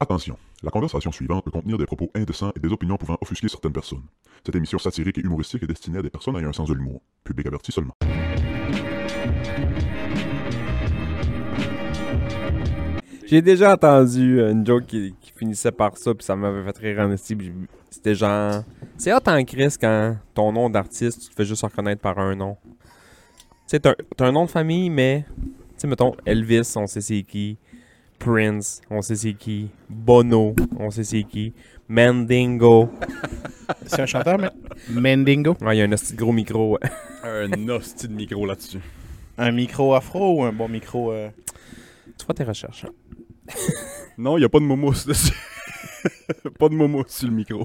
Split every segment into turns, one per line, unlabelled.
Attention, la conversation suivante peut contenir des propos indécents et des opinions pouvant offusquer certaines personnes. Cette émission satirique et humoristique est destinée à des personnes ayant un sens de l'humour. Public averti seulement.
J'ai déjà entendu euh, une joke qui, qui finissait par ça, puis ça m'avait fait rire en esti. puis j'ai- C'était genre. C'est hot en crise quand ton nom d'artiste, tu te fais juste reconnaître par un nom. Tu sais, t'as t'as un nom de famille, mais. Tu sais, mettons, Elvis, on sait c'est qui. Prince, on sait c'est qui. Bono, on sait c'est qui. Mandingo.
C'est un chanteur, mais. Mendingo.
Ouais, il y a un esti de gros micro. ouais.
Un hostie de micro là-dessus.
Un micro afro ou un bon micro. euh,
Tu vois tes recherches. hein.
Non, il a pas de momos dessus. pas de momos sur le micro.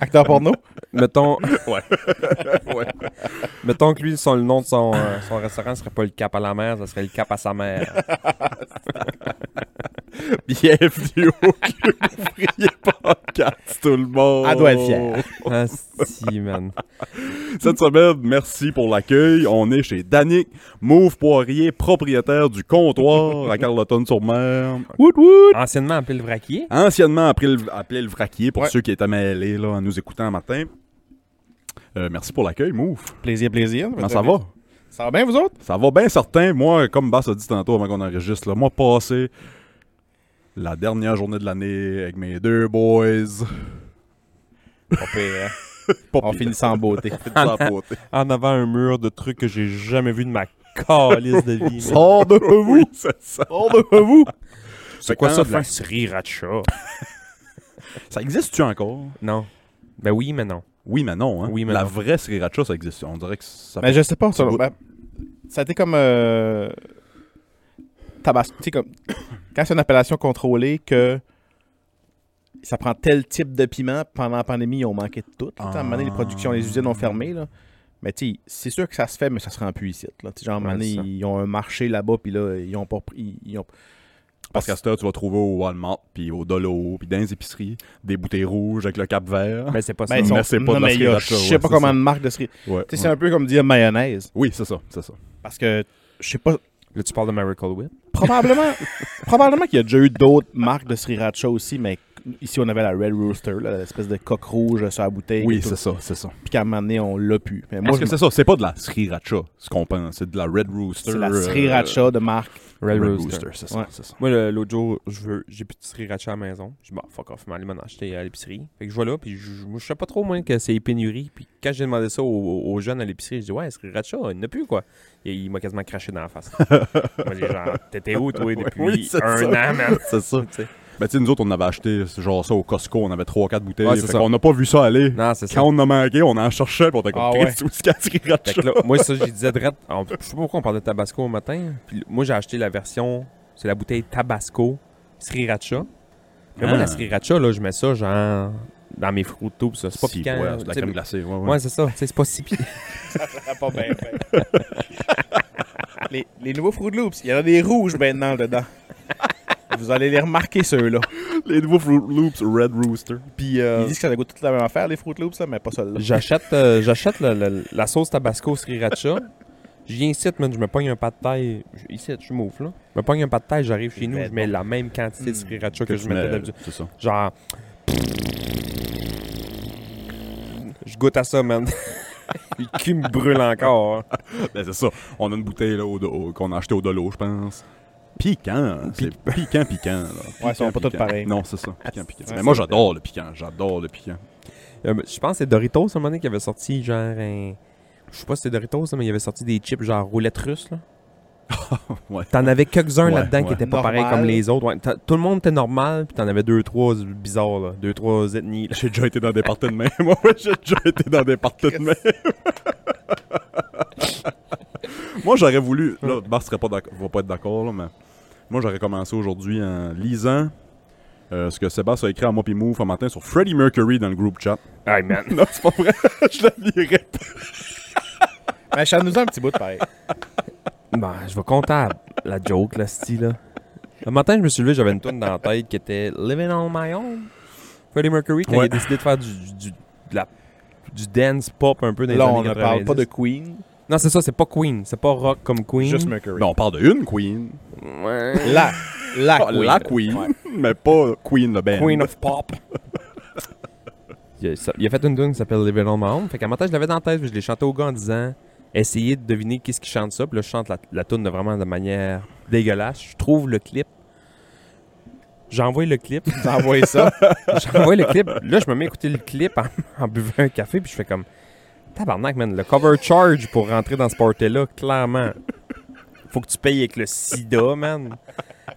Acteur porno
Mettons.
Ouais. Ouais.
Mettons que lui, son, le nom de son, euh, son restaurant serait pas le Cap à la mer, ça serait le Cap à sa mère.
Bienvenue au Club Ouvrier Podcast, tout le monde.
Elle doit être fière.
Ah, si, man.
Cette semaine, merci pour l'accueil. On est chez Danick Mauve Poirier, propriétaire du comptoir à Carleton-sur-Mer. Wood wood.
Anciennement appelé le vraquier.
Anciennement appelé le, appelé le vraquier pour
Ouais.
ceux qui étaient mêlés là, en nous écoutant un matin. Euh, merci pour l'accueil, Mauve.
Plaisir, plaisir.
Comment ça va?
Ça va bien, vous autres
Ça va bien certain. Moi, comme Bass a dit tantôt avant qu'on enregistre, là, moi, passé la dernière journée de l'année avec mes deux boys.
Pas pire, hein?
Pas
On
pire.
finit sans beauté.
Faites ça à poter.
En avant un mur de trucs que j'ai jamais vu de ma calice de vie. man.
Hors de
Oui, c'est ça.
Hors de vous
C'est quoi ça,
Fait quand,
sriracha?
Ça existe-tu encore?
Non. Ben oui, mais non.
Oui, mais non. Hein?
Oui, mais
la
non.
vraie sriracha, ça existe. On dirait que ça
Mais je sais pas, ça,
Tu
ben, ça a été comme. Euh, tabasco. Tu sais, comme. Quand c'est une appellation contrôlée que. Ça prend tel type de piment. Pendant la pandémie, ils ont manqué de tout. là. Tu sais, À un moment donné, les productions, les usines ont
Ah.
fermé. Là. Mais tu sais, c'est sûr que ça se fait, mais ça se rend plus ici. Là. Tu sais, genre, à un moment
Ouais,
donné,
c'est ça.
ils ont un marché là-bas, puis là, ils ont pas pris. Ils ont...
Parce qu'à cette heure, tu vas trouver au Walmart, puis au Dolo, puis dans les épiceries, des bouteilles rouges avec le cap vert.
Ben c'est pas ça.
Ben, ils sont-
mais c'est pas
non,
de la
mais il y a Je
sriracha,
sais
ouais,
pas
c'est
comment
ça.
de marque de sriracha. Tu
Ouais,
sais, c'est
ouais.
un peu comme dire mayonnaise.
Oui, c'est ça, c'est ça.
Parce que. Je sais pas.
Là, tu parles de Miracle Whip.
Probablement, probablement qu'il y a déjà eu d'autres marques de sriracha aussi, mais ici on avait la Red Rooster, là, l'espèce de coque rouge sur la bouteille.
Oui,
et tout.
c'est ça, c'est ça.
Puis qu'à un moment donné, on l'a pu. Mais moi,
Parce
je
que
me-
c'est ça, c'est pas de la sriracha, ce qu'on pense. C'est de la Red Rooster.
c'est la
euh,
sriracha de marque.
Red,
Red
Rooster.
Rooster, c'est ça,
Ouais.
c'est ça.
Moi, le- l'autre jour, je veux, j'ai plus de sriracha à la maison. Je dis, bah, fuck off, je vais aller m'en acheter à l'épicerie. Fait que je vois là, puis je, moi, je sais pas trop, moi, que c'est pénurie. Puis quand j'ai demandé ça aux, aux jeunes à l'épicerie, je dis, ouais, sriracha, il n'y en a plus, quoi. Et il m'a quasiment craché dans la face. moi, j'ai genre, t'étais où, toi, depuis
Oui, c'est
un
ça.
an, man?
C'est ça. Ben, tu sais, nous autres, on avait acheté genre ça au Costco, on avait 3-4 bouteilles.
Ouais, c'est
fait
ça.
qu'on n'a pas vu ça aller.
Non, c'est ça.
Quand on en a manqué, on en cherchait, puis on était comme
Ah
Christ,
ouais.
où est-ce qu'il y a de
Fait
sriracha?
que là, moi, ça, j'ai disais drette. on- Je sais pas pourquoi on parle de Tabasco au matin. hein. Puis moi, j'ai acheté la version, c'est la bouteille Tabasco Sriracha. Mais moi,
Ah.
la Sriracha, là, je mets ça, genre, dans mes fruits ça. C'est pas
Si,
piquant.
ouais,
là,
c'est de la
tu sais,
crème glacée. Ouais, ouais.
Ouais, c'est ça. Tu sais, C'est pas si piquant.
pas bien, les, les nouveaux Fruit Loops, il y en a des rouges maintenant dedans. Vous allez les remarquer ceux-là. Euh,
Les nouveaux Fruit Loops Red Rooster. euh,
Puis ils disent que ça goûte toute la même affaire les Fruit Loops là, mais pas celle-là.
J'achète euh, j'achète la, la- la sauce Tabasco Sriracha. Je viens ici, man, je me pogne un pas de taille. Ici, je suis mouf, là. Je me pogne un pas de taille, j'arrive chez nous, je mets la même quantité de Sriracha que, je
Hmm. tu
mettais
mets-
d'habitude.
C'est ça.
Genre. Je goûte à ça, man. Le cul me brûle encore.
Ben, c'est ça. On a une bouteille là, au- au- qu'on a achetée au Dolo, je pense. Piquant. C'est piquant, piquant. là.
Ouais, ils sont
Piquant,
pas tous
piquant.
pareils.
Non, c'est ça. Piquant, piquant.
Ouais,
Mais moi,
c'est-
j'adore le piquant. J'adore le piquant.
Euh, je pense que c'est Doritos, à un moment donné, qui avait sorti genre un. Je sais pas si c'est Doritos, mais il avait sorti des chips genre roulettes russes, là.
Ouais.
T'en avais quelques-uns
Ouais,
là-dedans qui
ouais.
étaient pas
Normal.
pareils comme les autres. Ouais, t'as- tout le monde était normal, puis t'en avais deux, trois bizarres, là. Deux, trois ethnies, là.
J'ai déjà été dans des parties de main. Moi, ouais, j'ai déjà été dans des parties de main. moi, j'aurais voulu. Là, Bart serait pas d'accord- va pas être d'accord, là, mais moi, j'aurais commencé aujourd'hui en lisant euh, ce que Sébastien a écrit à moi puis Move un matin sur Freddie Mercury dans le groupe chat.
Hey, man.
Non, c'est pas vrai. Je la lirai pas.
Mais chante-nous un petit bout de pareil.
Ben, je vais compter à la joke, là, style. là. Le matin, je me suis levé, j'avais une toune dans la tête qui était Living on My Own. Freddie Mercury, quand
Ouais.
il a décidé de faire du, du, de la- du dance pop un peu dans les
Là
années
on ne
90.
parle pas de Queen,
Non, c'est ça, c'est pas Queen. C'est pas rock comme Queen.
juste Mercury.
Ben, on parle de une Queen.
Ouais.
La, La
Ah, la Queen, mais pas Queen Ben. le band.
Queen of Pop. il, a, ça- il a fait une tune qui s'appelle Living on My Own. Fait qu'à un moment, je l'avais dans la tête, puis je l'ai chanté au gars en disant essayez de deviner qui ce qui chante ça. Puis là, je chante la, la tune de vraiment de manière dégueulasse. Je trouve le clip. J'envoie le clip.
Envoyez ça.
J'envoie le clip. Là, je me mets à écouter le clip en, en buvant un café, puis je fais comme Tabarnak, man. Le cover charge pour rentrer dans ce party-là, clairement. Faut que tu payes avec le sida, man.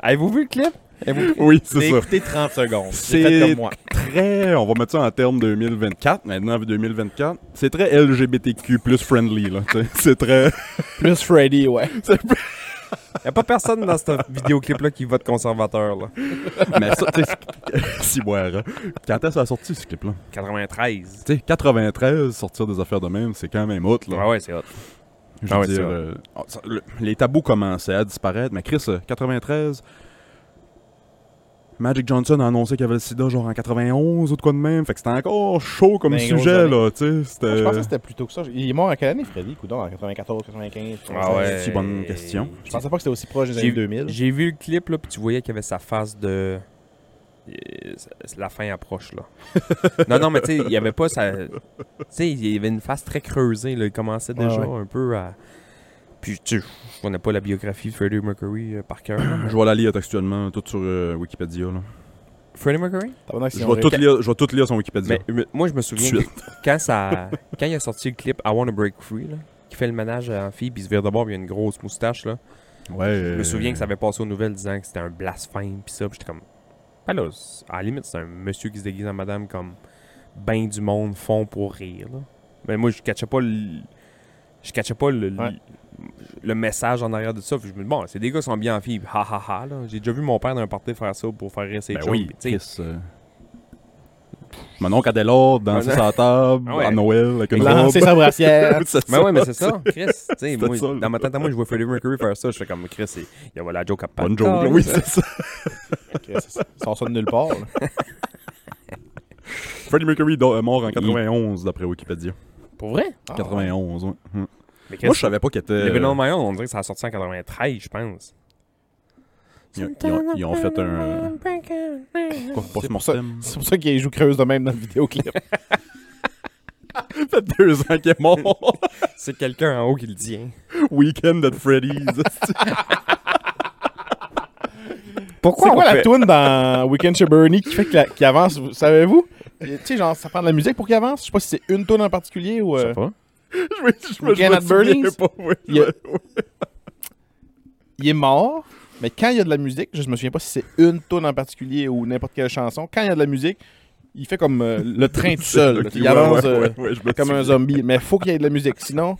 Avez-vous vu le clip? Avez-vous-
Oui, c'est
J'ai
ça.
écouté 30 secondes. J'ai fait
C'est
comme moi.
très, on va mettre ça en termes 2024, maintenant 2024, c'est très LGBTQ plus friendly, là. tu sais. C'est très...
Plus Freddy, ouais.
Y a pas personne dans ce vidéoclip-là qui vote conservateur, là.
Mais ça, tu sais, c'est- si boire. hein. Quand est-ce que ça a sorti, ce clip-là?
93.
Tu sais, 93, sortir des affaires de même, c'est quand même hot, là.
Ah Ouais, ouais, c'est hot.
Je
Ah
veux
ouais, c'est
dire,
vrai.
euh, oh, ça- le- les tabous commençaient à disparaître, mais Chris, euh, 93, Magic Johnson a annoncé qu'il avait le sida genre en 91 ou de quoi de même, fait que c'était encore chaud comme
Ben, grosse
sujet,
année.
là, tu
Ah, Je
sais, c'était...
pensais que c'était plus tôt que ça. Il est mort en quelle année, Freddy Coudon En 94, 95.
Ah ouais.
C'est une bonne question.
Je pensais pas que c'était aussi proche des
J'ai-
années 2000.
J'ai vu le clip, là, puis tu voyais qu'il y avait sa face de. Euh, La fin approche, là. non, non, mais tu sais, il y avait pas sa. Tu sais, il y avait une face très creusée, là. Il commençait
Ah
Ouais,
déjà
ouais.
un peu à. Puis, tu sais, je connais pas la biographie de Freddie Mercury euh, par cœur. là, mais-
Je vais la lire textuellement, tout sur euh, Wikipédia, là.
Freddie Mercury?
Tabarnak, si
Je
on
vais tout
ré-
lire, je vais tout lire son Wikipédia.
Mais me- moi, Ben, je me souviens
Suite.
que quand, ça, quand il a sorti le clip I Wanna Break Free, là, qui fait le ménage en fille, puis il se vire de bord, puis il a une grosse moustache, là.
Ouais,
Je me souviens que ça avait passé aux nouvelles disant que c'était un blasphème, pis ça, pis j'étais comme. Ben là, c'est- à la limite, c'est un monsieur qui se déguise en madame comme ben du monde fond pour rire, là. Mais moi, je catchais pas le. Je catchais pas le.
Ouais.
le message en arrière de ça. Puis je me dis, bon, c'est des gars qui sont bien en fille. Ha ha ha, là. J'ai déjà vu mon père d'un party faire ça pour faire rire ses
Ben
chums,
oui,
pis tu sais,
Chris... euh, Mon oncle Adélard dansait
Ah,
sa table
Ah ouais.
à Noël avec une robe.
Lancer sa brassière.
C'est
Mais Ben ouais, mais c'est ça, Chris. Tu sais, moi,
ça, là.
dans ma tête à moi, je vois Freddie Mercury faire ça. Je fais comme Chris, il- il y avait la joke à
Bonne
patate.
joke, là, oui, c'est ça.
Ok, ça- Ça sort de nulle part. là.
Freddie Mercury do- est mort en 91, d'après Wikipédia.
Pour vrai?
Ah,
91, ouais. Hum.
Mais Chris,
Moi, je savais pas qu'il était...
Living on My Own, on dirait que ça a sorti en 93, je pense.
Ils ont, ils ont- ils ont fait un. Quoi, post-mortem.
C'est pour ça qu'il joue creuse de même dans le vidéoclip.
Ça fait deux ans qu'il est mort.
C'est quelqu'un en haut qui le dit. hein.
Weekend at Freddy's.
C'est
Pourquoi
quoi
on
la
fait-
toune dans Weekend chez Bernie qui fait que la- qu'il avance, vous- savez-vous? Tu sais, genre, ça prend de la musique pour qu'il avance. Je sais pas si c'est une toune en particulier ou...
Je
euh,
sais pas.
je me, je me- je
Weekend
me
at
souviens
Bernie's?
pas, oui.
Il y a- il est mort, mais quand il y a de la musique, je me souviens pas si c'est une toune en particulier ou n'importe quelle chanson, quand il y a de la musique, il fait comme euh, le train tout seul.
Ok,
là. il
ouais,
avance
ouais,
euh,
ouais, ouais, je me
comme un
souviens.
zombie, mais faut qu'il y ait de la musique, sinon...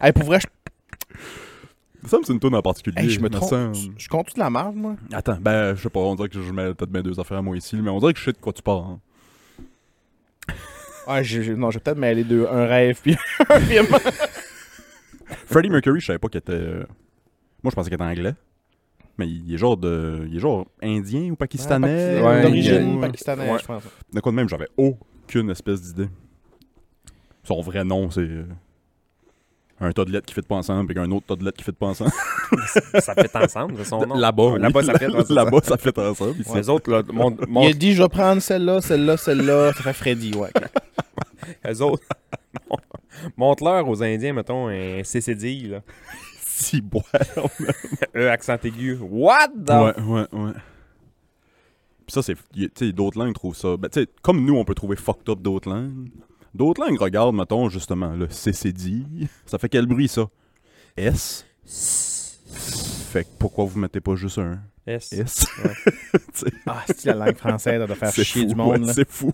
Hey, pour vrai, je,
Ça me c'est une tune en particulier.
hey, je me trompe.
semble.
Je- Je compte toute la marge, moi.
Attends, ben, je sais pas, on dirait que je mets peut-être mes deux affaires à moi ici, mais on dirait que je sais de quoi tu parles. hein.
Ah, j'ai- j'ai- non, je vais peut-être mêler deux, un rêve puis un film.
Freddie Mercury, je savais pas qu'il était. euh, Moi, je pensais qu'il était anglais. Mais il est genre de. Il est genre indien ou pakistanais.
Ouais,
ou-
D'origine
ouais.
pakistanaise,
Ouais.
je pense.
De quoi de même, j'avais aucune espèce d'idée. Son vrai nom, c'est. euh, Un tas de lettres qui fait pas ensemble, puis un autre tas de lettres qui fait pas ensemble.
Ça fait ensemble, c'est son nom.
Là-bas, oui.
Là-bas, ça fait ensemble, c'est
Là-bas, ça fait ensemble.
ça. Les autres, là, mon, mon-
Il a dit, je vais prendre celle-là, celle-là, celle-là. Ça fait Freddy, ouais.
eux autres, mon- montre-leur aux Indiens, mettons, un CCD, là.
Si boire.
E accent aigu. What the
Ouais, ouais, ouais. Puis ça, c'est. y- Tu sais, d'autres langues trouvent ça. Ben, tu sais, comme nous, on peut trouver fucked up d'autres langues. D'autres langues regardent, mettons, justement, le CCD. Ça fait quel bruit, ça S. Fait que pourquoi vous mettez pas juste un
S.
S
Ah, c'est la langue française, elle doit faire
C'est
chier
fou,
du monde.
ouais,
là.
c'est fou.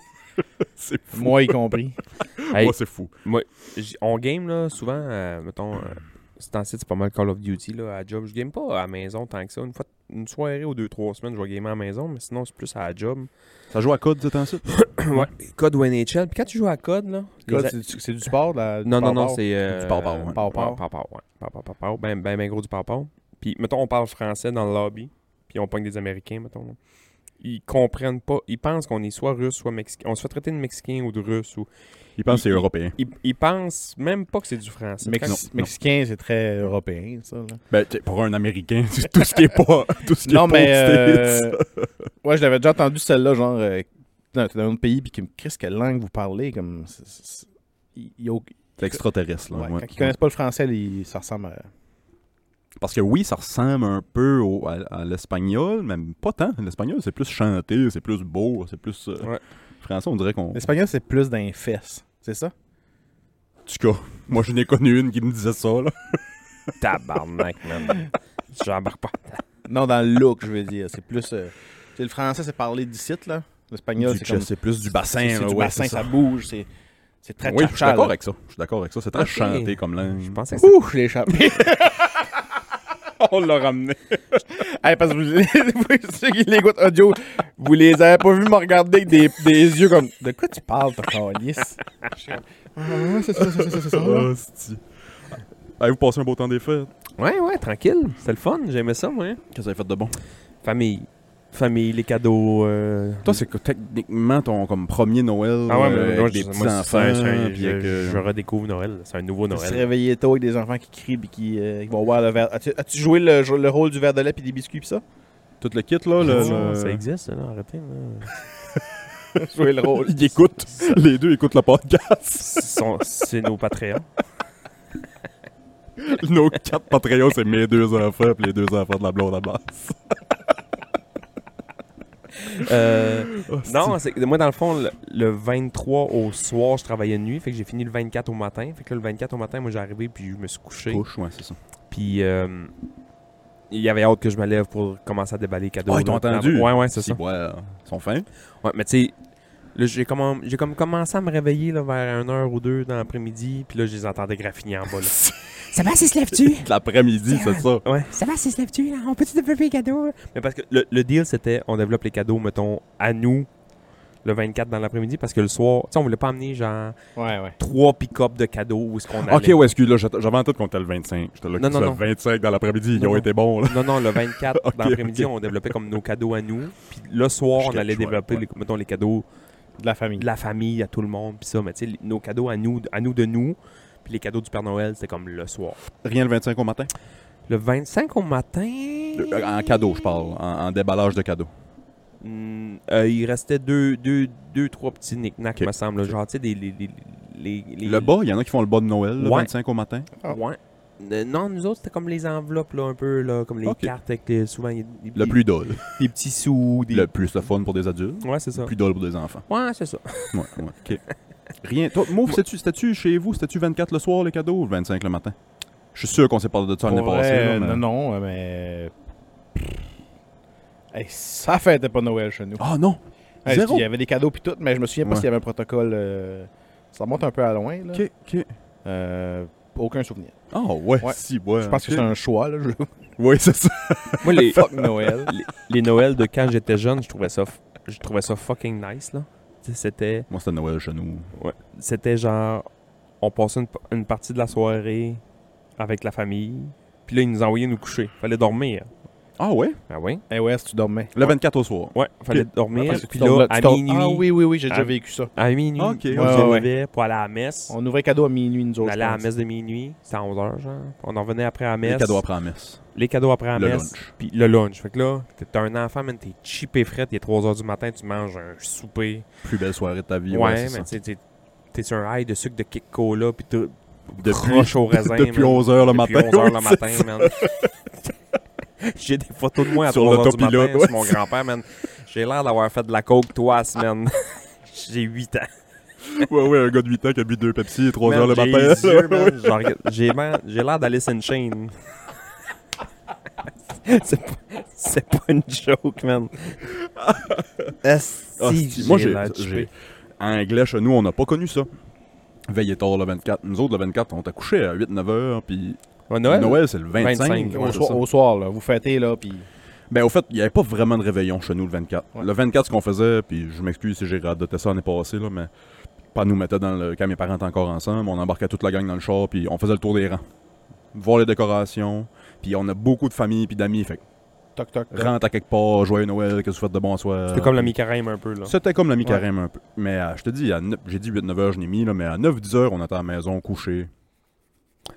c'est fou.
Moi y compris.
Hey.
Moi, c'est fou.
J- on game là, souvent, euh, mettons, euh, ce temps-ci, c'est pas mal Call of Duty là, à job. Je game pas à la maison tant que ça. Une fois, une soirée ou deux, trois semaines, je vais gamer à la maison, mais sinon, c'est plus à la job.
Ça joue à code, tu ensuite
ouais. Code ou NHL. Puis quand tu joues à Code, là. les
God,
a-
c'est du- C'est du sport, là?
Non, non, non, c'est. euh,
Du pare-pare, ouais.
Pare-pare.
ouais, pare-pare, ouais. Pare-pare, pare-pare. Ben, ben, ben gros du pare Puis, mettons, on parle français dans le lobby. Puis, on pogne des Américains, mettons. là. ils comprennent pas. Ils pensent qu'on est soit russe, soit mexicain. On se fait traiter de mexicain ou de russe. Ou...
Ils pensent que c'est
Il-
européen.
Ils, ils pensent même pas que c'est du français.
Mex-
Quand-
non.
Mexicain, c'est très européen, ça. là.
Ben, t'sais, pour un Américain, c'est tout ce qui est pas. Tout ce qui
Non,
est pas
mais.
aux
euh,
States.
ouais, je l'avais déjà entendu celle-là, genre. euh, dans dans un autre pays, puis qui me crisse quelle langue vous parlez. Comme. c'est- c'est- il- il y a au-
C'est extraterrestre, là.
Ouais,
ouais.
Quand ils connaissent pas le français, ils- ça ressemble à.
Parce que oui, ça ressemble un peu au- à, à l'espagnol, mais pas tant. L'espagnol, c'est plus chanté, c'est plus beau, c'est plus. euh,
Ouais.
Français, on dirait qu'on.
L'espagnol, c'est plus d'un fesse. C'est ça?
En tout cas, moi, je n'ai connu une qui me disait ça, là.
Tabarnak, man. J'embarque pas.
Non, dans le look, je veux dire. C'est plus. euh, tu sais, le français, c'est parler d'ici, là. L'espagnol,
Du
c'est
chess,
comme.
c'est plus du bassin,
c'est
là,
du
ouais,
bassin,
c'est
ça. bouge. C'est c'est très
Oui, je suis
tcha-tcha,
d'accord
là.
avec ça. Je suis d'accord avec ça. C'est très
Ok.
chanté comme langue.
Je pensais que c'était-
Ouh, je l'ai échappé.
On l'a ramené.
Hey, parce que vous, vous- ceux qui l'écoutent audio, vous les avez pas vus me regarder avec des, des yeux comme. De quoi tu parles, ton calice? Je suis comme, Ah, C'est ça, c'est ça, c'est ça, c'est ça.
Oh, c'est-tu. Avez-vous passé un beau temps des fêtes?
Ouais, ouais, tranquille. C'était le fun. J'aimais ça, moi. hein.
Qu'est-ce que vous avez fait de bon?
Famille. Famille, les cadeaux. euh,
Toi, c'est que techniquement ton comme premier Noël
Ah ouais, mais
euh,
moi,
avec des
je-
petits
moi, c'est-
enfants.
c'est un-
puis
je,
avec, euh,
je redécouvre Noël. C'est un nouveau
Tu se
Noël.
réveiller tôt avec des enfants qui crient puis qui, euh, qui vont boire le verre. As-tu as-tu joué le, le rôle du verre de lait puis des biscuits pis ça?
Tout le kit, là. le-
Ah,
le-
Ça existe, là. Arrêtez, là.
Jouer le rôle.
Ils écoutent. Les deux écoutent le podcast.
Ce sont- C'est nos Patreons.
Nos quatre Patreons, c'est mes deux enfants puis les deux enfants de la blonde à basse.
Euh, non, c'est que moi, dans le fond, le, le 23 au soir, je travaillais de nuit. Fait que j'ai fini le 24 au matin. Fait que là, le 24 au matin, moi, j'ai arrivé puis je me suis couché.
Couche, ouais, c'est ça.
Puis euh, il y avait hâte que je me lève pour commencer à déballer les cadeaux.
Ah, ils t'ont
là.
entendu?
Ouais, ouais, c'est ça.
Si, ouais, euh, ils sont fins.
Ouais, mais tu sais, là, j'ai comme, j'ai comme commencé à me réveiller là, vers 1h ou 2 dans l'après-midi. Puis là, je les entendais graffiner en bas. Là. Sébastien, se lève-tu?
L'après-midi, c'est ça.
Ouais. Sébastien, se lève-tu? là? On peut-tu développer les cadeaux? Mais parce que le, le deal, c'était on développe les cadeaux, mettons, à nous le 24 dans l'après-midi parce que le soir, tu sais, on voulait pas amener genre
Ouais, ouais.
trois pick-up de cadeaux où est-ce qu'on allait.
Ok, ouais, excuse, là, j'att- j'avais en tête qu'on était le 25. J'étais là,
Non,
que
non,
le
non.
25 dans l'après-midi, ils
Non,
ont
non.
été bons, là.
Non, non, le 24
Ok,
dans l'après-midi,
ok.
on développait comme nos cadeaux à nous. Puis le soir,
Je
on allait
catch, ouais,
développer,
ouais.
les, mettons, les cadeaux
De la famille.
de la famille à tout le monde. Puis ça, mais tu sais, les- nos cadeaux à nous, à nous de nous. Puis les cadeaux du Père Noël, c'était comme le soir.
Rien le 25 au matin?
Le 25 au matin.
Euh, En cadeau, je parle. En, en déballage de cadeaux.
Hmm, euh, il restait deux, deux, deux, trois petits knick-knacks,
Ok.
me semble. Genre, tu sais, des. Les, les, les- les-
Le bas, il y en a qui font le bas de Noël, le
Ouais.
25 au matin.
Ouais. Euh, Non, nous autres, c'était comme les enveloppes, là, un peu, là, comme les
Ok.
cartes avec les, souvent il y a des,
Le plus dole.
des petits sous. Des...
Le plus le fun pour des adultes.
Ouais, c'est ça.
Le plus dole pour des enfants.
Ouais, c'est ça.
Ouais, ouais, ok. Rien. Toi, Mouf, c'était-tu- c'était-tu chez vous, c'était-tu 24 le soir, les cadeaux, ou le 25 le matin? Je suis sûr qu'on s'est parlé de ça l'année
Pour
passée.
vrai,
là,
euh,
mais-
Non, non, euh, mais. Hey, ça fêtait pas Noël chez nous.
Ah non!
Eh,
Hey, je dis,
zéro.
euh,
il y avait des cadeaux puis tout, mais je me souviens pas
Ouais.
s'il y avait un protocole. euh, Ça monte un peu à loin, là.
Ok, ok.
Euh, aucun souvenir.
Ah ouais,
Ouais.
si, ouais.
Je pense que c'est un choix, là. je-
Oui, c'est ça.
Moi, les,
Fuck Noël.
les, les Noëls de quand j'étais jeune, je trouvais ça, f- je trouvais ça fucking nice, là. Tu sais, C'était.
Moi, c'était Noël chez nous.
c'était genre, on passait une, une partie de la soirée avec la famille, puis là, ils nous envoyaient nous coucher. Fallait dormir.
Ah ouais?
Ah oui?
Eh ouais, si tu dormais.
Le 24 au soir.
Ouais, fallait dormir,
Parce que
puis
tu dormais-
là,
tu
à
dormais-
minuit,
Ah oui, oui, oui, j'ai
Ah.
déjà vécu ça.
à minuit,
Ok,
on
ouais,
se
ouais.
levait pour aller à la messe.
On ouvrait cadeau à minuit, nous
On
autres.
allait
je
à la
pense.
messe de minuit, c'était à 11h, genre. On en revenait après la messe.
Les cadeaux après la messe.
Les cadeaux après la
Le
messe.
lunch.
Puis le lunch. Fait que là, t'es t'es un enfant, man, t'es cheap et fret, il est 3h du matin, tu manges un souper.
Plus belle soirée de ta vie.
Ouais,
Ouais, c'est
mais
ça.
tu sais, t'es- t'es sur un high de sucre de Kit Cola, puis t'es
Depuis-
croche au raisin.
Depuis
man.
11h le
Depuis
matin.
11h le
ouais,
matin, man. J'ai des photos de moi à
Sur
3 heures du matin
l'autopilote, ouais.
sur mon grand-père, man. J'ai l'air d'avoir fait de la coke trois semaines. J'ai 8 ans.
c'est- Ouais, ouais, un gars de 8 ans qui a bu deux Pepsi et 3h
Man,
le
j'ai
matin.
les yeux,
là,
man,
ouais.
j'en regarde- J'ai man, j'ai l'air d'Alice in Chain. C'est pas, c'est pas une joke, man.
Ah,
Esti,
si, Moi, j'ai.
l'air
j'ai-
chipé.
En anglais, chez nous, on n'a pas connu ça. Veillez tard le 24. Nous autres, le 24, on t'a couché à 8-9h, puis
Ouais, Noël?
Noël, c'est le 25.
25,
ouais,
Au
c'est
soir,
ça.
au soir, là. Vous fêtez, là, puis.
Ben, au fait, il n'y avait pas vraiment de réveillon chez nous le 24.
Ouais.
Le 24, ce qu'on faisait, puis je m'excuse si j'ai radoté ça l'année passée, là, mais pas nous mettait dans le. Quand mes parents étaient encore ensemble, on embarquait toute la gang dans le char, puis on faisait le tour des rangs. Voir les décorations, puis on a beaucoup de familles puis d'amis, fait que
Toc, toc, toc.
Rentre à quelque part, joyeux Noël, que tu souhaites de bonsoir.
C'était comme la mi-carême un peu, là.
C'était comme la mi-carême un peu. Mais euh, je te dis, à neuf- j'ai dit 8-9h, je n'ai mis, là, mais à 9-10 heures, on était à la maison couché.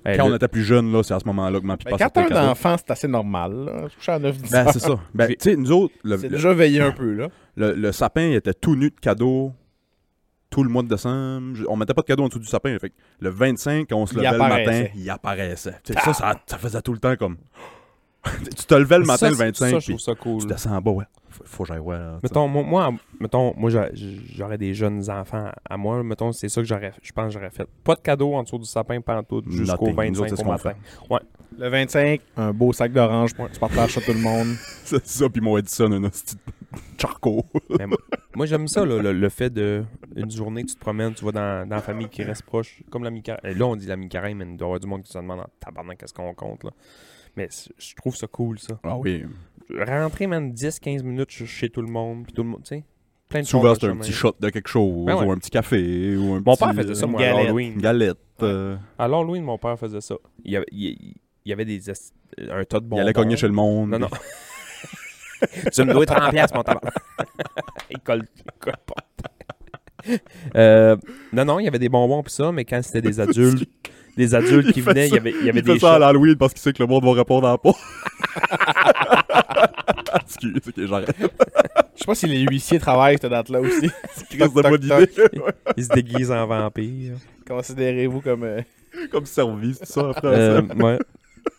Hey,
quand
là,
on était plus jeune, là, c'est à ce moment-là que ma pipa
Ben, quand
sortait le
t'as un
cadeau.
enfant, c'est assez normal. là. Je couche à 9 10
Ben, c'est ça. Ben, tu sais, nous autres, le,
C'est
le-
déjà veillé un peu, là.
le- le sapin était tout nu de cadeaux tout le mois de décembre. Je- On mettait pas de cadeaux en dessous du sapin. Fait que le 25, quand on se
Il
levait le matin,
apparaissait.
il apparaissait. Tu sais,
Ah!
Ça, ça, ça faisait tout le temps comme. tu te levais le matin
ça,
le
c'est-
25,
Ça, je
puis
trouve ça cool.
tu descends en bas, ouais. Faut, faut que j'aille voir. tu sais.
Mettons, moi, moi, mettons, moi j'a- j'aurais des jeunes enfants à moi. Mettons, c'est ça que j'aurais, je pense que j'aurais fait. Pas de cadeau en dessous du sapin, pantoute, jusqu'au
Nothing. Nous autres,
25
c'est ce
au
qu'on
matin.
Le 25, un beau sac d'orange, tu partages ça tout le monde.
C'est ça, puis mon Edison, un hostie de charcot.
Moi, j'aime ça, là, le, le fait de une journée, tu te promènes, tu vas dans, dans la famille qui reste proche, comme la mi-carême. Là, on dit la mi-carême, mais il doit y avoir du monde qui se demande en tabarnak qu'est-ce qu'on compte, là. Mais c- je trouve ça cool, ça.
Ah oui.
Rentrer, même 10-15 minutes ch- chez tout le monde, puis tout le monde, tu sais, plein de
Souvent,
choses
c'est
dans
un
le
petit
chemin.
shot de quelque chose,
Ben ouais.
ou un petit café, ou un
Mon
petit,
père faisait ça,
euh,
moi,
galette.
à Halloween.
Une galette. euh,
À l'Halloween, mon père faisait ça. Il y avait, il, il y avait des esti- un tas de bonbons.
il allait cogner chez le monde.
Non, non. tu me dois 30 piastres, mon tabac. il colle, il colle pas. Euh, non, non, il y avait des bonbons pis ça, mais quand c'était des adultes, des adultes qui
Il fait
venaient, il y
ça-
avait, il y avait
Il fait
des
ça à
shots.
l'Halloween parce qu'il sait que le monde va répondre à la peau. Excuse, c'est que j'arrête.
Je sais pas si les huissiers travaillent cette date-là aussi.
Crise
Toc,
de bonne
toc, toc.
idée.
Ils se déguisent en vampires.
Considérez-vous comme. euh,
Comme service, tout ça, après.
Euh, ouais.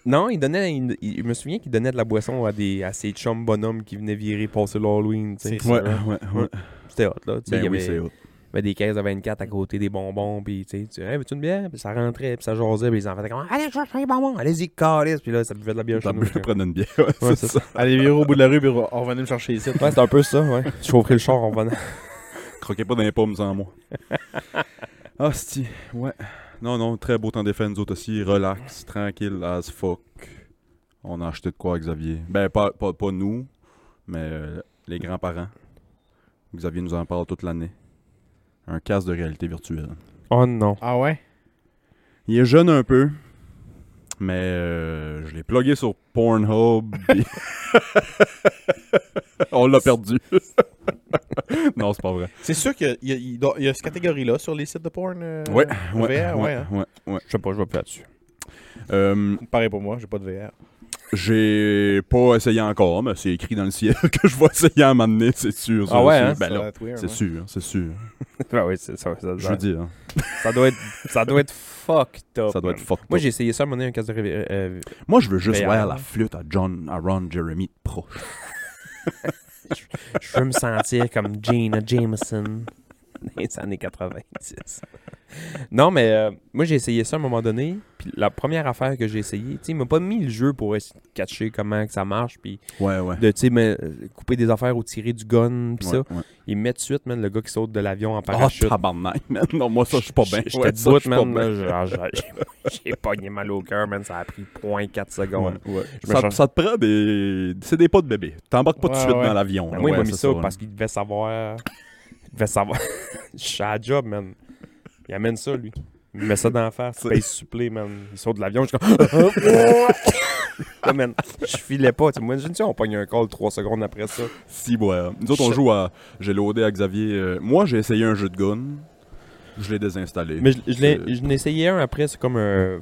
Non, il donnait, il- il- je me souviens qu'il donnait de la boisson à, des, à ces chums bonhommes qui venaient virer passer l'Halloween. tu sais.
C'est
Ouais,
ça.
ouais, ouais.
C'était hot, là. tu sais, il y
Ben oui,
avait-
c'est autre.
Il y avait des caisses de 24 à côté des bonbons, puis tu sais, tu hey, veux-tu une bière? Puis ça rentrait, puis ça jasait, puis les enfants étaient comme, allez, je cherche les bonbons, allez-y, calisse, puis là, ça buvait de la bière chez
T'as
nous.
bu- Prenez une bière. ouais,
Ouais, c'est
c'est ça.
Allez, virer au bout de la rue, puis re- revenez me chercher ici.
Ouais, c'est un peu ça, ouais. Je chaufferais le char en venant.
Croquez pas dans les pommes sans moi. Ah, si. Ouais. Non, non, très beau temps des fêtes, nous autres aussi. Relax, tranquille, as fuck. On a acheté de quoi, Xavier Ben, pas, pas, pas nous, mais euh, les grands-parents. Xavier nous en parle toute l'année. Un casque de réalité virtuelle.
Oh non.
Ah ouais?
Il est jeune un peu, mais euh, je l'ai plugué sur Pornhub. puis- On l'a perdu. non, c'est pas vrai.
C'est sûr qu'il y a, il y a- il doit- il y a cette catégorie-là sur les sites de porn. euh,
Ouais, ouais,
VR, ouais, hein.
ouais, ouais.
Je sais pas, je vais plus là-dessus.
Euh,
Pareil pour moi, j'ai pas de VR.
J'ai pas essayé encore, mais c'est écrit dans le ciel que je vais essayer à un moment donné, c'est sûr. ça,
Ah ouais,
c'est-
hein?
ben
Ça
là,
doit être weird,
c'est
ouais.
sûr, c'est sûr.
Ah oui, c'est- ça, ça,
Je
ça,
veux dire,
ça doit être, ça doit être fucked up.
ça doit être
man.
fucked
Moi,
up.
j'ai essayé ça, à un moment donné, un casse de réveil. euh,
Moi, je veux juste
Mais,
voir
euh,
la flûte à John, à Ron Jeremy de proche.
je veux me sentir comme Gina Jameson des années 90. Non, mais euh, moi, j'ai essayé ça à un moment donné. Puis la première affaire que j'ai essayé, tu sais, il m'a pas mis le jeu pour essayer de catcher comment que ça marche. Puis
Ouais, ouais.
de, tu sais, mais, euh, couper des affaires ou tirer du gun, puis
Ouais,
ça.
ouais.
Il met tout de suite, man, le gars qui saute de l'avion en
Ah,
parachute.
tabarnak, man. Non, moi, ça, je suis pas bien.
Je
Ouais,
te
ça, je
doute,
suis pas
man.
bien.
là, genre, j'ai- j'ai- J'ai pogné mal au cœur, man. Ça a pris 0.4 secondes.
Ouais, ouais.
Je me
Ça,
change.
ça te prend des. C'est des pas de bébé. T'embarques pas tout de
Ouais,
suite
ouais.
dans l'avion.
Mais
là.
Ben, moi, il m'a
Ouais,
mis
c'est hein.
ça, parce qu'il devait savoir. Il devait savoir. Je suis à la job, man. Il amène ça, lui. Il met ça dans la face.
C'est-
Space supplé, man. Il saute de l'avion. Je suis comme. Là, man, je filais pas. Tu imagines si on pogne un call 3 secondes après ça.
Si, ouais. Nous autres, on
Je-
joue à. J'ai loadé à Xavier. euh, Moi, j'ai essayé un jeu de gun. Je l'ai désinstallé.
Mais je, je l'ai-
euh,
je n'ai essayé un après, c'est comme un.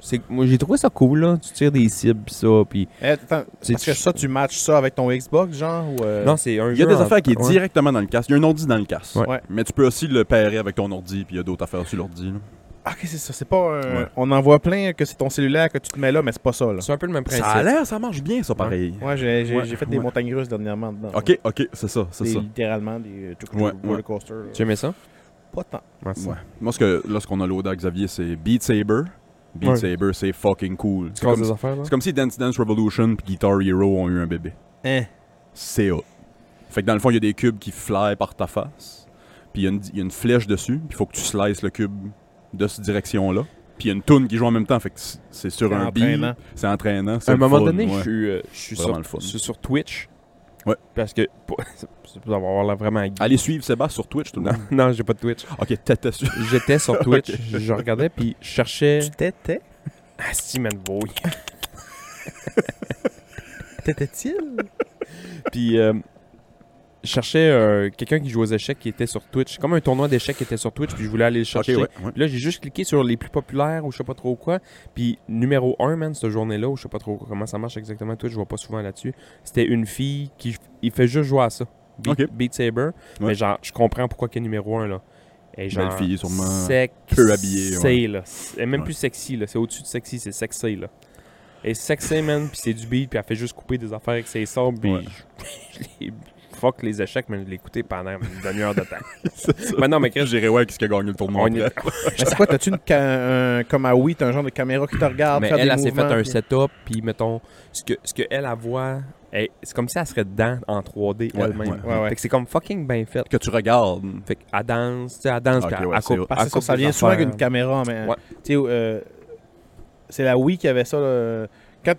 C'est- Moi, j'ai trouvé ça cool, là. Tu tires des cibles, pis ça, pis.
Eh, attends,
C'est-
parce que ça, tu matches ça avec ton Xbox, genre? Ou euh,
Non, c'est un
Il y a
jeu
des
en-
affaires qui est
Ouais.
directement dans le casque. Il y a un ordi dans le casque.
Ouais.
Ouais.
Mais tu peux aussi le pairer avec ton ordi, puis il y a d'autres affaires sur l'ordi. là.
Ah, ok, c'est ça. C'est pas. un-
Ouais.
On en voit plein que c'est ton cellulaire que tu te mets là, mais c'est pas ça, là.
C'est un peu le même principe.
Ça a l'air, ça marche bien, ça, pareil.
Ouais, j'ai j'ai-
Ouais,
j'ai fait des
ouais.
montagnes russes dernièrement dedans.
Ok, ok, c'est ça, c'est
Des-
ça.
littéralement des euh, tuk-tuk,
Ouais, ouais.
roller coaster. là.
Tu aimais ça?
Pas tant.
Merci.
Ouais. Moi, ce que, là, ce qu'on a loadé à Xavier, c'est Beat Saber. Beat
Ouais.
Saber, c'est fucking cool.
Tu
C'est comme,
casses des affaires, là?
c'est comme si Dance Dance Revolution et Guitar Hero ont eu un bébé.
Hein.
C'est hot. Fait que dans le fond, il y a des cubes qui fly par ta face. Puis il y a une- il y, a une flèche dessus. Puis il faut que tu slices le cube de cette direction-là. Puis il y a une toune qui joue en même temps. Fait que c'est- c'est sur
C'est
un beat.
entraînant.
C'est entraînant. c'est
À un
le
moment
fun,
donné,
ouais.
je suis, euh, je suis
Vraiment
sur,
le fun.
je suis sur Twitch.
Ouais. Ah.
Parce que. pour- C'est pour avoir l'air vraiment.
Allez suivre Sébastien sur Twitch tout le
Non,
monde.
non j'ai pas de Twitch.
Ok, t'étais sûr.
J'étais sur Twitch, je Ah, regardais, puis je cherchais.
Tu t'étais?
Ah, si, man, boy.
T'étais-il?
Puis, euh, je cherchais euh, quelqu'un qui jouait aux échecs qui était sur Twitch. Comme un tournoi d'échecs qui était sur Twitch, puis je voulais aller le
Ok,
chercher.
ouais, ouais.
Puis là, j'ai juste cliqué sur les plus populaires ou je sais pas trop quoi. Puis numéro 1, man, cette journée-là, ou je sais pas trop comment ça marche exactement, Twitch, je vois pas souvent là-dessus. C'était une fille qui il fait juste jouer à ça. Beat,
Ok.
Beat Saber. Mais genre, je comprends pourquoi qu'elle est numéro 1 là. Et genre,
Belle fille, sûrement
Sexy,
peu habillée, ouais.
là. Elle est même
Ouais.
plus sexy, là. C'est au-dessus de sexy, c'est sexy, là. Et sexy, man, puis c'est du beat, puis elle fait juste couper des affaires avec ses sables, puis
Ouais.
je, je les fuck les échecs, mais je l'ai écouté pendant une demi-heure de temps.
C'est ça.
mais non, mais qu'est-ce que
J'irais ouais, qu'est-ce qui a gagné le tournoi.
On
après.
est-
Mais c'est quoi, t'as-tu une ca- un- comme à Wii, t'as un genre de caméra qui te regarde,
Mais
faire
elle,
des
elle s'est fait
mouvements,
un
puis-
setup, puis mettons, ce que, ce que elle, elle voit, elle- c'est comme si elle serait dedans en 3D
Ouais,
elle-même.
ouais.
Ouais,
Fait
ouais.
que c'est comme fucking bien fait.
Que tu regardes.
Fait qu'elle danse, tu sais, elle danse,
Ah,
Ok,
puis elle-
ouais,
elle
c'est
coupe-
Parce
elle
que ça,
coupe
ça
des
vient souvent avec
affaires.
une caméra, mais...
Ouais.
Tu sais, euh, c'est la Wii qui avait ça, là. Quand,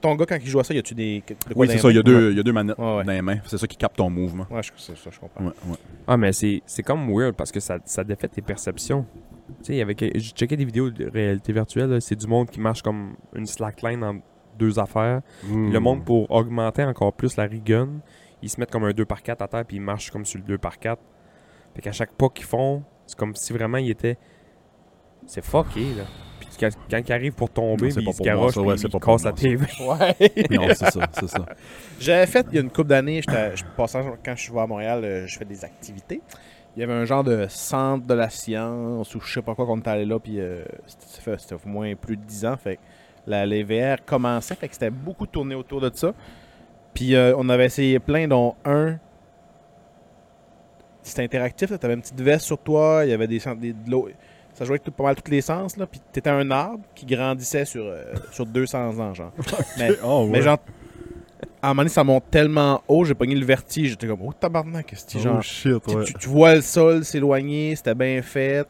ton gars, quand il joue à ça, y a-tu des... de quoi
Oui,
dans
c'est
les
ça, il y, a
mains?
deux, il y a deux manettes
Ouais, ouais.
dans les mains. C'est ça qui capte ton mouvement.
Ouais, je, ça, ça, je comprends.
Ouais, ouais.
Ah, mais c'est c'est comme weird parce que ça, ça défait tes perceptions. Tu sais, avec- j'ai checké des vidéos de réalité virtuelle, là, c'est du monde qui marche comme une slackline en deux affaires.
Hmm.
Le monde, pour augmenter encore plus la rigun, ils se mettent comme un 2x4 à terre puis ils marchent comme sur le 2x4. Fait qu'à chaque pas qu'ils font, c'est comme si vraiment ils étaient. C'est fucké, là. Puis quand, quand ils arrivent pour tomber,
Non, c'est
puis
pas
ils se
pour moi,
garochent,
ça,
puis
ouais, c'est pas
ils
pour
cassent la
moi, ça.
TV.
Ouais.
Non, c'est ça, c'est ça.
J'avais fait, il y a une couple d'années, j'étais- je passais- quand je suis à Montréal, euh, je fais des activités. Il y avait un genre de centre de la science ou je sais pas quoi qu'on était allé là, puis euh, c'était- ça fait- c'était au moins plus de 10 ans. Fait que la, les VR commençait, fait que c'était beaucoup tourné autour de ça. Puis euh, on avait essayé plein, dont un. C'était interactif, tu avais une petite veste sur toi, il y avait des, sens- des de l'eau. Ça jouait avec tout, pas mal tous les sens, là, puis t'étais un arbre qui grandissait sur, euh, sur 200 ans, genre. Mais
Oh,
mais genre, à un moment donné, ça monte tellement haut, j'ai pogné le vertige. J'étais comme, oh tabarnak, qu'est-ce
Ah
que
Oh,
genre.
shit,
Tu, tu- tu vois le sol s'éloigner, c'était bien fait.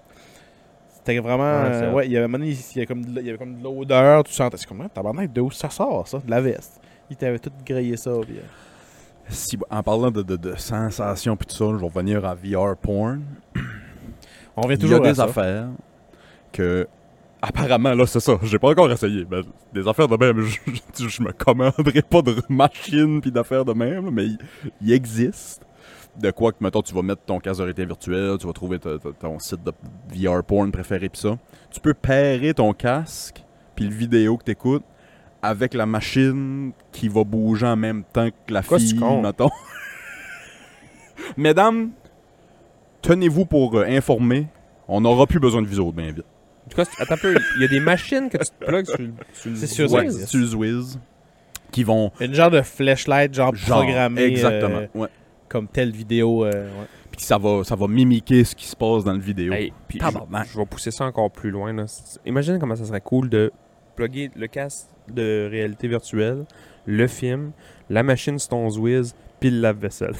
C'était vraiment.
Ouais,
euh,
c'est
Ouais,
vrai.
il y avait un moment donné, il y avait comme de, l- il y avait comme de l'odeur, tu sentais. C'est comme, ah, tabarnak, de où ça sort, ça De la veste. Ils t'avaient tout grillé ça. puis, euh,
Si, en parlant de, de, de sensations puis tout ça, je vais revenir à VR porn.
On revient
Il y a
toujours à
des
ça.
affaires que. Apparemment, là, c'est ça. J'ai pas encore essayé. mais des affaires de même, je, je- je me commanderai pas de machine puis d'affaires de même, là, mais il- il existe. De quoi que, mettons, tu vas mettre ton casque de réalité virtuelle, tu vas trouver ta- ta- ton site de VR porn préféré pis ça. Tu peux pairer ton casque puis le vidéo que t'écoutes avec la machine qui va bouger en même temps que la
Quoi,
fille,
tu comptes?
mettons. Mesdames, tenez-vous pour euh, informer. On n'aura plus besoin de viso bien vite.
En tout cas, c'est- attends un peu, il y a des machines que tu te plugues sur, le- sur le.
C'est sûr,
Ouais.
ça existe.
c'est du Zwiz qui vont
Une genre de flashlight, genre,
genre,
programmée. euh,
exactement, ouais.
comme telle vidéo. euh, ouais.
Puis ça va, ça va mimiquer ce qui se passe dans le vidéo.
Hey, puis
Tabarnak.
je, je vais pousser ça encore plus loin. là. C'est- Imagine comment ça serait cool de plugger le casque de réalité virtuelle, le film, la machine Stones Wiz, puis le lave-vaisselle.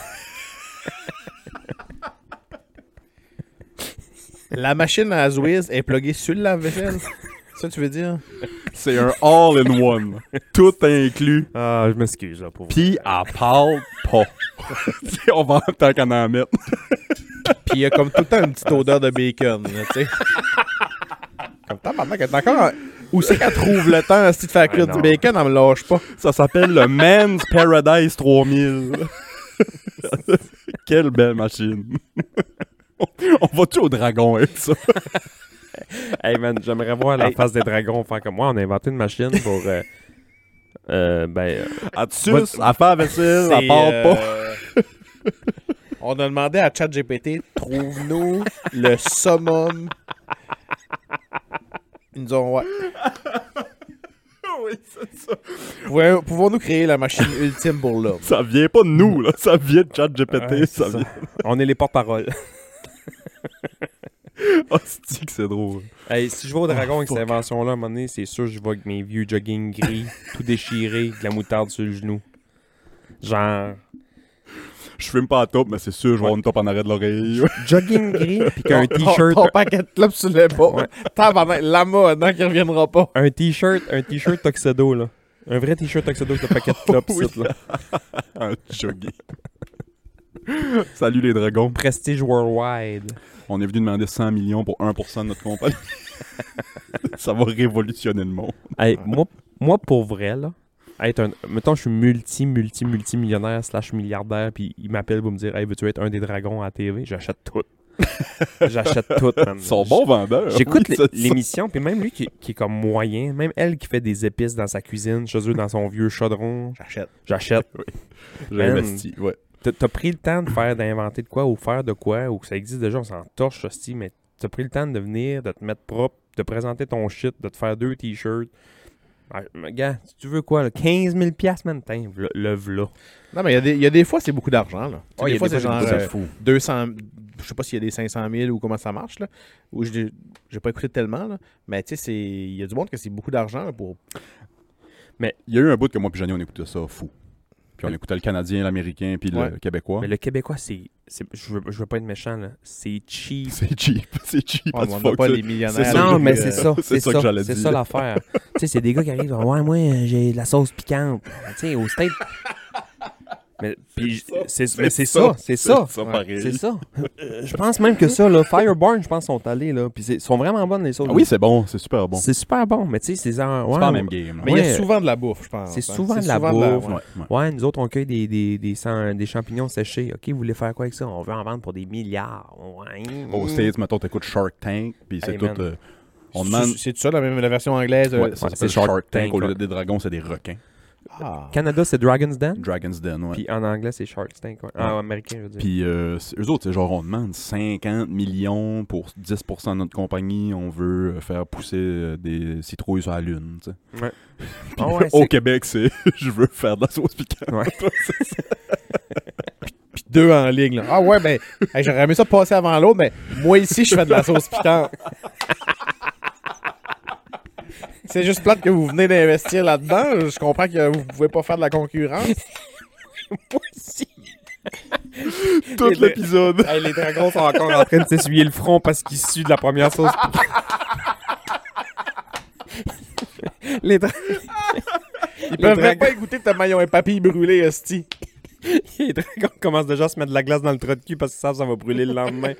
La machine à Zwiz est pluguée sur la vaisselle. ça, tu veux dire
C'est un all-in-one, tout inclus.
Ah, je m'excuse là pour.
Puis elle parle pas. Tu sais, on va tant qu'on en mettre.
Puis il y a comme tout le temps une petite odeur de bacon, là, tu sais.
Ah,
Comme tabarnak, elle est encore. en- Où c'est qu'elle trouve le temps si de faire cuire
Ah,
du
non.
bacon, elle me lâche pas.
Ça s'appelle le Man's Paradise 3000. Quelle belle machine. on va-tu au dragon avec ça?
Hey man, j'aimerais voir la
Hey.
face des dragons faire comme moi. On a inventé une machine pour. euh, euh, ben, euh,
Elle te suce, elle fait la vaisselle, elle parle pas.
euh, On a demandé à ChatGPT, trouve-nous le summum. Ils nous ont, ouais.
Oui, c'est ça.
Pouvons- Pouvons-nous créer la machine ultime pour l'homme?
Ça vient pas de nous, là. Ça vient de ChatGPT.
Ouais, c'est
ça
ça.
vient.
on est les porte-parole.
Hostie que c'est drôle.
Hey, si je vais au dragon avec cette invention-là, à un moment donné, c'est sûr je vais avec mes vieux jogging gris, tout déchiré, de la moutarde sur le genou. Genre.
Je fume pas à top, mais c'est sûr, je vais avoir une top en arrêt de l'oreille.
Jogging gris, puis qu'un
Ton- ton-
t-shirt
Ton paquet de clopes sur les bas. Tabarnak, lama, non, qui reviendra pas.
un t-shirt, un t-shirt Tuxedo, là. Un vrai t-shirt Tuxedo avec le paquet de clopes,
Oh Oui.
ici, là.
Un jogging. Ah, Salut les dragons.
Prestige Worldwide.
On est venu demander 100 millions pour 1% de notre compagnie. ça va révolutionner le monde.
Hey, moi, moi, pour vrai, là, être un. Mettons, je suis multi, multi, multi millionnaire slash milliardaire, puis il m'appelle pour me dire Hey, veux-tu être un des dragons à la TV J'achète tout. J'achète tout, man.
Ils sont bons vendeurs.
J'écoute l'é-
Oui, c'est ça.
l'émission, puis même lui qui, qui est comme moyen, même elle qui fait des épices dans sa cuisine, chez eux, dans son vieux chaudron,
J'achète.
j'achète.
J'ai investi, ouais.
T'as- T'as pris le temps de faire, d'inventer de quoi, ou faire de quoi, ou que ça existe déjà, on s'en torche, hostie, mais t'as pris le temps de venir, de te mettre propre, de présenter ton shit, de te faire deux t-shirts. Ah, mais Gars, si tu veux quoi, là, 15 000 piastres, man, tiens, v'là- le v'là.
Non, mais il y a des- il y, a des fois, c'est beaucoup d'argent. là. Tu sais,
Ouais, il y
des
a
fois,
des
c'est
fois,
genre
c'est beaucoup
euh, 200. Je sais pas s'il y a des 500 000 ou comment ça marche. là. Ou je n'ai pas écouté tellement. là. Mais tu sais, c'est- il y a du monde que c'est beaucoup d'argent là, pour.
Il y a eu un bout que moi puis Johnny, on écoutait ça fou. Puis on écoutait le Canadien, l'Américain, puis
Ouais.
le Québécois.
Mais le Québécois, c'est. c'est- Je veux, je veux pas être méchant, là. C'est cheap.
C'est cheap, c'est cheap.
Ouais,
as
Ah, mais on n'a
fuck,
pas
ça.
les millionnaires. euh,
c'est ça
Non,
que
mais
je-
c'est ça.
c'est
C'est
ça
ça,
que j'allais
C'est
dire.
ça l'affaire. tu sais, c'est des gars qui arrivent, genre, ouais, moi, euh, j'ai de la sauce piquante. Ben, Tu sais, au steak. Mais puis, c'est mais c'est ça, c'est ça.
C'est ça,
Ouais.
pareil.
C'est ça. Euh, Je pense même que ça, là, Fireborn, je pense, sont allés, là. Puis c'est- sont vraiment bonnes, les sauces.
Ah oui, c'est bon, c'est super bon. C'est
C'est super bon, mais tu sais, c'est genre, ouais,
pas la même game.
Mais il y
Ouais.
a souvent de la bouffe, je pense.
C'est
hein.
souvent de la bouffe.
ouais.
Ouais, ouais.
Ouais, nous autres, on cueille des, des, des, sang- des champignons séchés. OK, vous voulez faire quoi avec ça? On veut en vendre pour des milliards. Ouais.
Au States, mettons, t'écoutes Shark Tank, puis c'est
Hey,
tout.
man.
euh, on
C'est-
demande.
C'est ça, la, même, la version anglaise. euh,
Ouais, ça
Ouais,
s'appelle
c'est
Shark,
Shark
Tank.
Tank,
Au lieu
ouais.
des dragons, c'est des requins.
Ah.
Canada, c'est Dragon's Den.
Dragon's Den, ouais.
Puis euh, en anglais, c'est Shark Tank. ouais. Ah, américain, je veux dire.
Puis euh, c'est- eux autres, c'est genre, on demande 50 millions pour 10% de notre compagnie, on veut euh, faire pousser euh, des citrouilles sur la lune. tu sais.
Ah ouais,
Au
c'est-
Québec, c'est je veux faire de la sauce piquante.
Puis deux en ligne. Là. Ah ouais, ben, hey, j'aurais aimé ça passer avant l'autre, mais moi ici, je fais de la sauce piquante. C'est juste plate que vous venez d'investir là-dedans. Je comprends que vous pouvez pas faire de la concurrence.
Eh
Tout
ben.
Et le-
l'épisode.
Hey, les dragons sont encore
en train de s'essuyer le front parce qu'il sue de la première sauce. les, dra-
Ils
Les
peuvent même
dragons-
pas écouter ta maillon et papilles brûlés, hostie.
les dragons commencent déjà à se mettre de la glace dans le trou de cul parce qu'ils savent que ça va brûler le lendemain.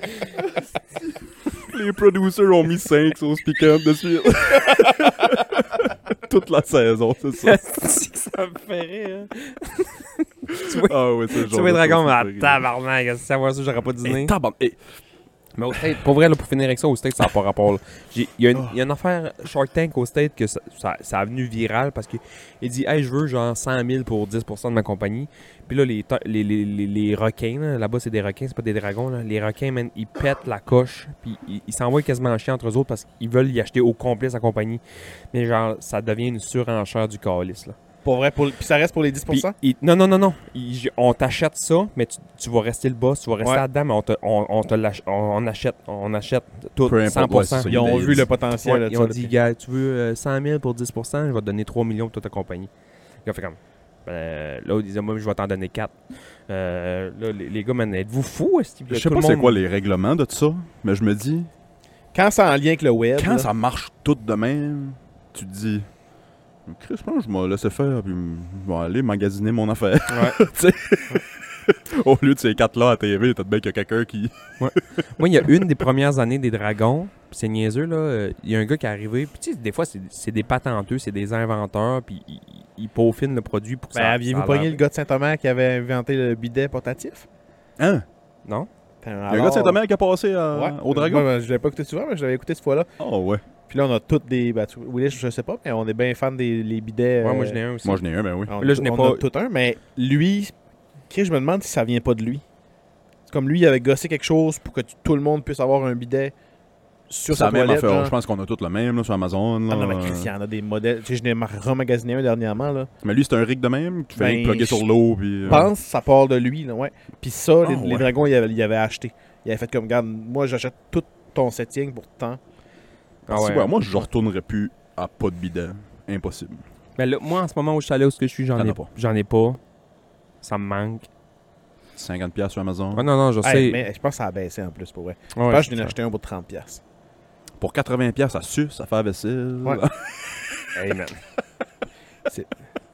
Les producers ont mis 5 sauces piquantes de suite. Toute la saison, c'est ça.
C'est que ça me fait rire.
Ah ouais, c'est le
Tu
genre.
vois les
de
dragons,
choses
mais ah,
qui me fait rire.
tabarnak, si ça voit ça, j'aurais pas dîné.
Eh, tabarnak. Eh,
Mais au State, pour vrai, là, pour finir avec ça, au State, ça n'a pas rapport. là. J'ai- Il y, a une- il y a une affaire Shark Tank au State que ça, ça, ça a venu viral parce que il dit Hey, je veux genre 100 000 pour 10 de ma compagnie. Puis là, les, ta- les, les, les, les requins, là, là-bas, c'est des requins, c'est pas des dragons. là. Les requins, man, ils pètent la coche. Puis ils ils s'envoient quasiment en chien entre eux autres parce qu'ils veulent y acheter au complet sa compagnie. Mais genre, ça devient une surenchère du calice. Là.
Pour vrai, pour... puis ça reste pour les 10%?
Puis il- non, non, non, non. Il- j- on t'achète ça, mais tu, tu vas rester le boss, tu vas rester
Ouais.
là-dedans, mais on, te, on, on te l'ach- on, on achète, on achète tout,
Peu importe, ouais,
100%.
c'est ça.
ils ont
ils-
vu le
Ouais,
potentiel. là,
ils
ça,
ont
là,
dit,
puis-
gars, tu veux euh, 100 000 pour 10 je vais te donner 3 millions pour toute ta compagnie. Ils ont fait comme, euh, là, ils disaient, moi, je vais t'en donner 4. là, les, les gars, man, êtes-vous fous? est-ce que
Je
tout
sais pas
le
c'est
monde-
quoi les règlements de tout ça, mais je me dis,
Quand c'est en lien avec le web,
quand
là,
ça marche tout de même, tu te dis, Chris, je pense que je vais laisser faire, puis je vais aller magasiner mon affaire.
Ouais.
Tu sais, Au lieu de ces quatre-là à TV, t'as de bien qu'il y a quelqu'un qui.
Moi, il y a une des premières années des Dragons, pis c'est niaiseux, là. euh, Il y a un gars qui est arrivé, puis tu sais, des fois, c'est- c'est des patenteux, c'est des inventeurs, puis ils- ils- ils peaufinent le produit pour que
ben,
ça.
aviez-vous
ça a l'air-
pogné le gars de Saint-Omer qui avait inventé le bidet portatif?
Hein?
Non?
Il y a un gars de Saint-Omer qui a passé
euh,
à-
Ouais.
au Dragon.
Moi, je l'avais pas écouté souvent, mais je l'avais écouté cette fois-là.
Oh ouais.
Puis là, on a toutes des. Ben, tu- Willis, je sais pas, mais on est bien fan des les bidets.
Ouais, moi,
euh,
je n'ai un aussi.
Moi, j'en ai un, ben oui.
on-
Là, je n'ai
on
pas-
a tout un, mais lui, Chris, je me demande si ça vient pas de lui. C'est comme lui, il avait gossé quelque chose pour que tu- tout le monde puisse avoir un bidet sur
Ça
sa
a même
toilette.
affaire.
genre.
Je pense qu'on a tous le même là, sur Amazon. là.
Ah non, mais Chris, il y en a des modèles. Tu sais, je n'ai mar- remagasiné un dernièrement, là.
Mais lui, c'est un rig de même. Tu fais
Ben,
rien que plugger sur
je
l'eau. Puis, euh,
Je pense que ça part de lui, là, ouais. Puis ça, les,
Ah,
les
ouais.
dragons, il avait, il avait acheté. Il avait fait comme, regarde, moi, j'achète tout ton setting pour tant.
Ah
si,
ouais.
ouais, moi, je retournerais plus à pas de bidet. Impossible.
Mais là, moi, en ce moment où je suis allé où ce que je suis, j'en
T'en
ai
as pas.
J'en ai pas. Ça me manque.
50$ sur Amazon.
Ah non, non, je sais.
Hey, mais je pense que ça a baissé en plus, pour vrai.
Ouais,
je pense que je
c'est
n'ai
ça.
acheté un pour 30$. piastres.
Pour 80$, ça suce, ça fait la vaisselle.
Ouais.
Hey, man.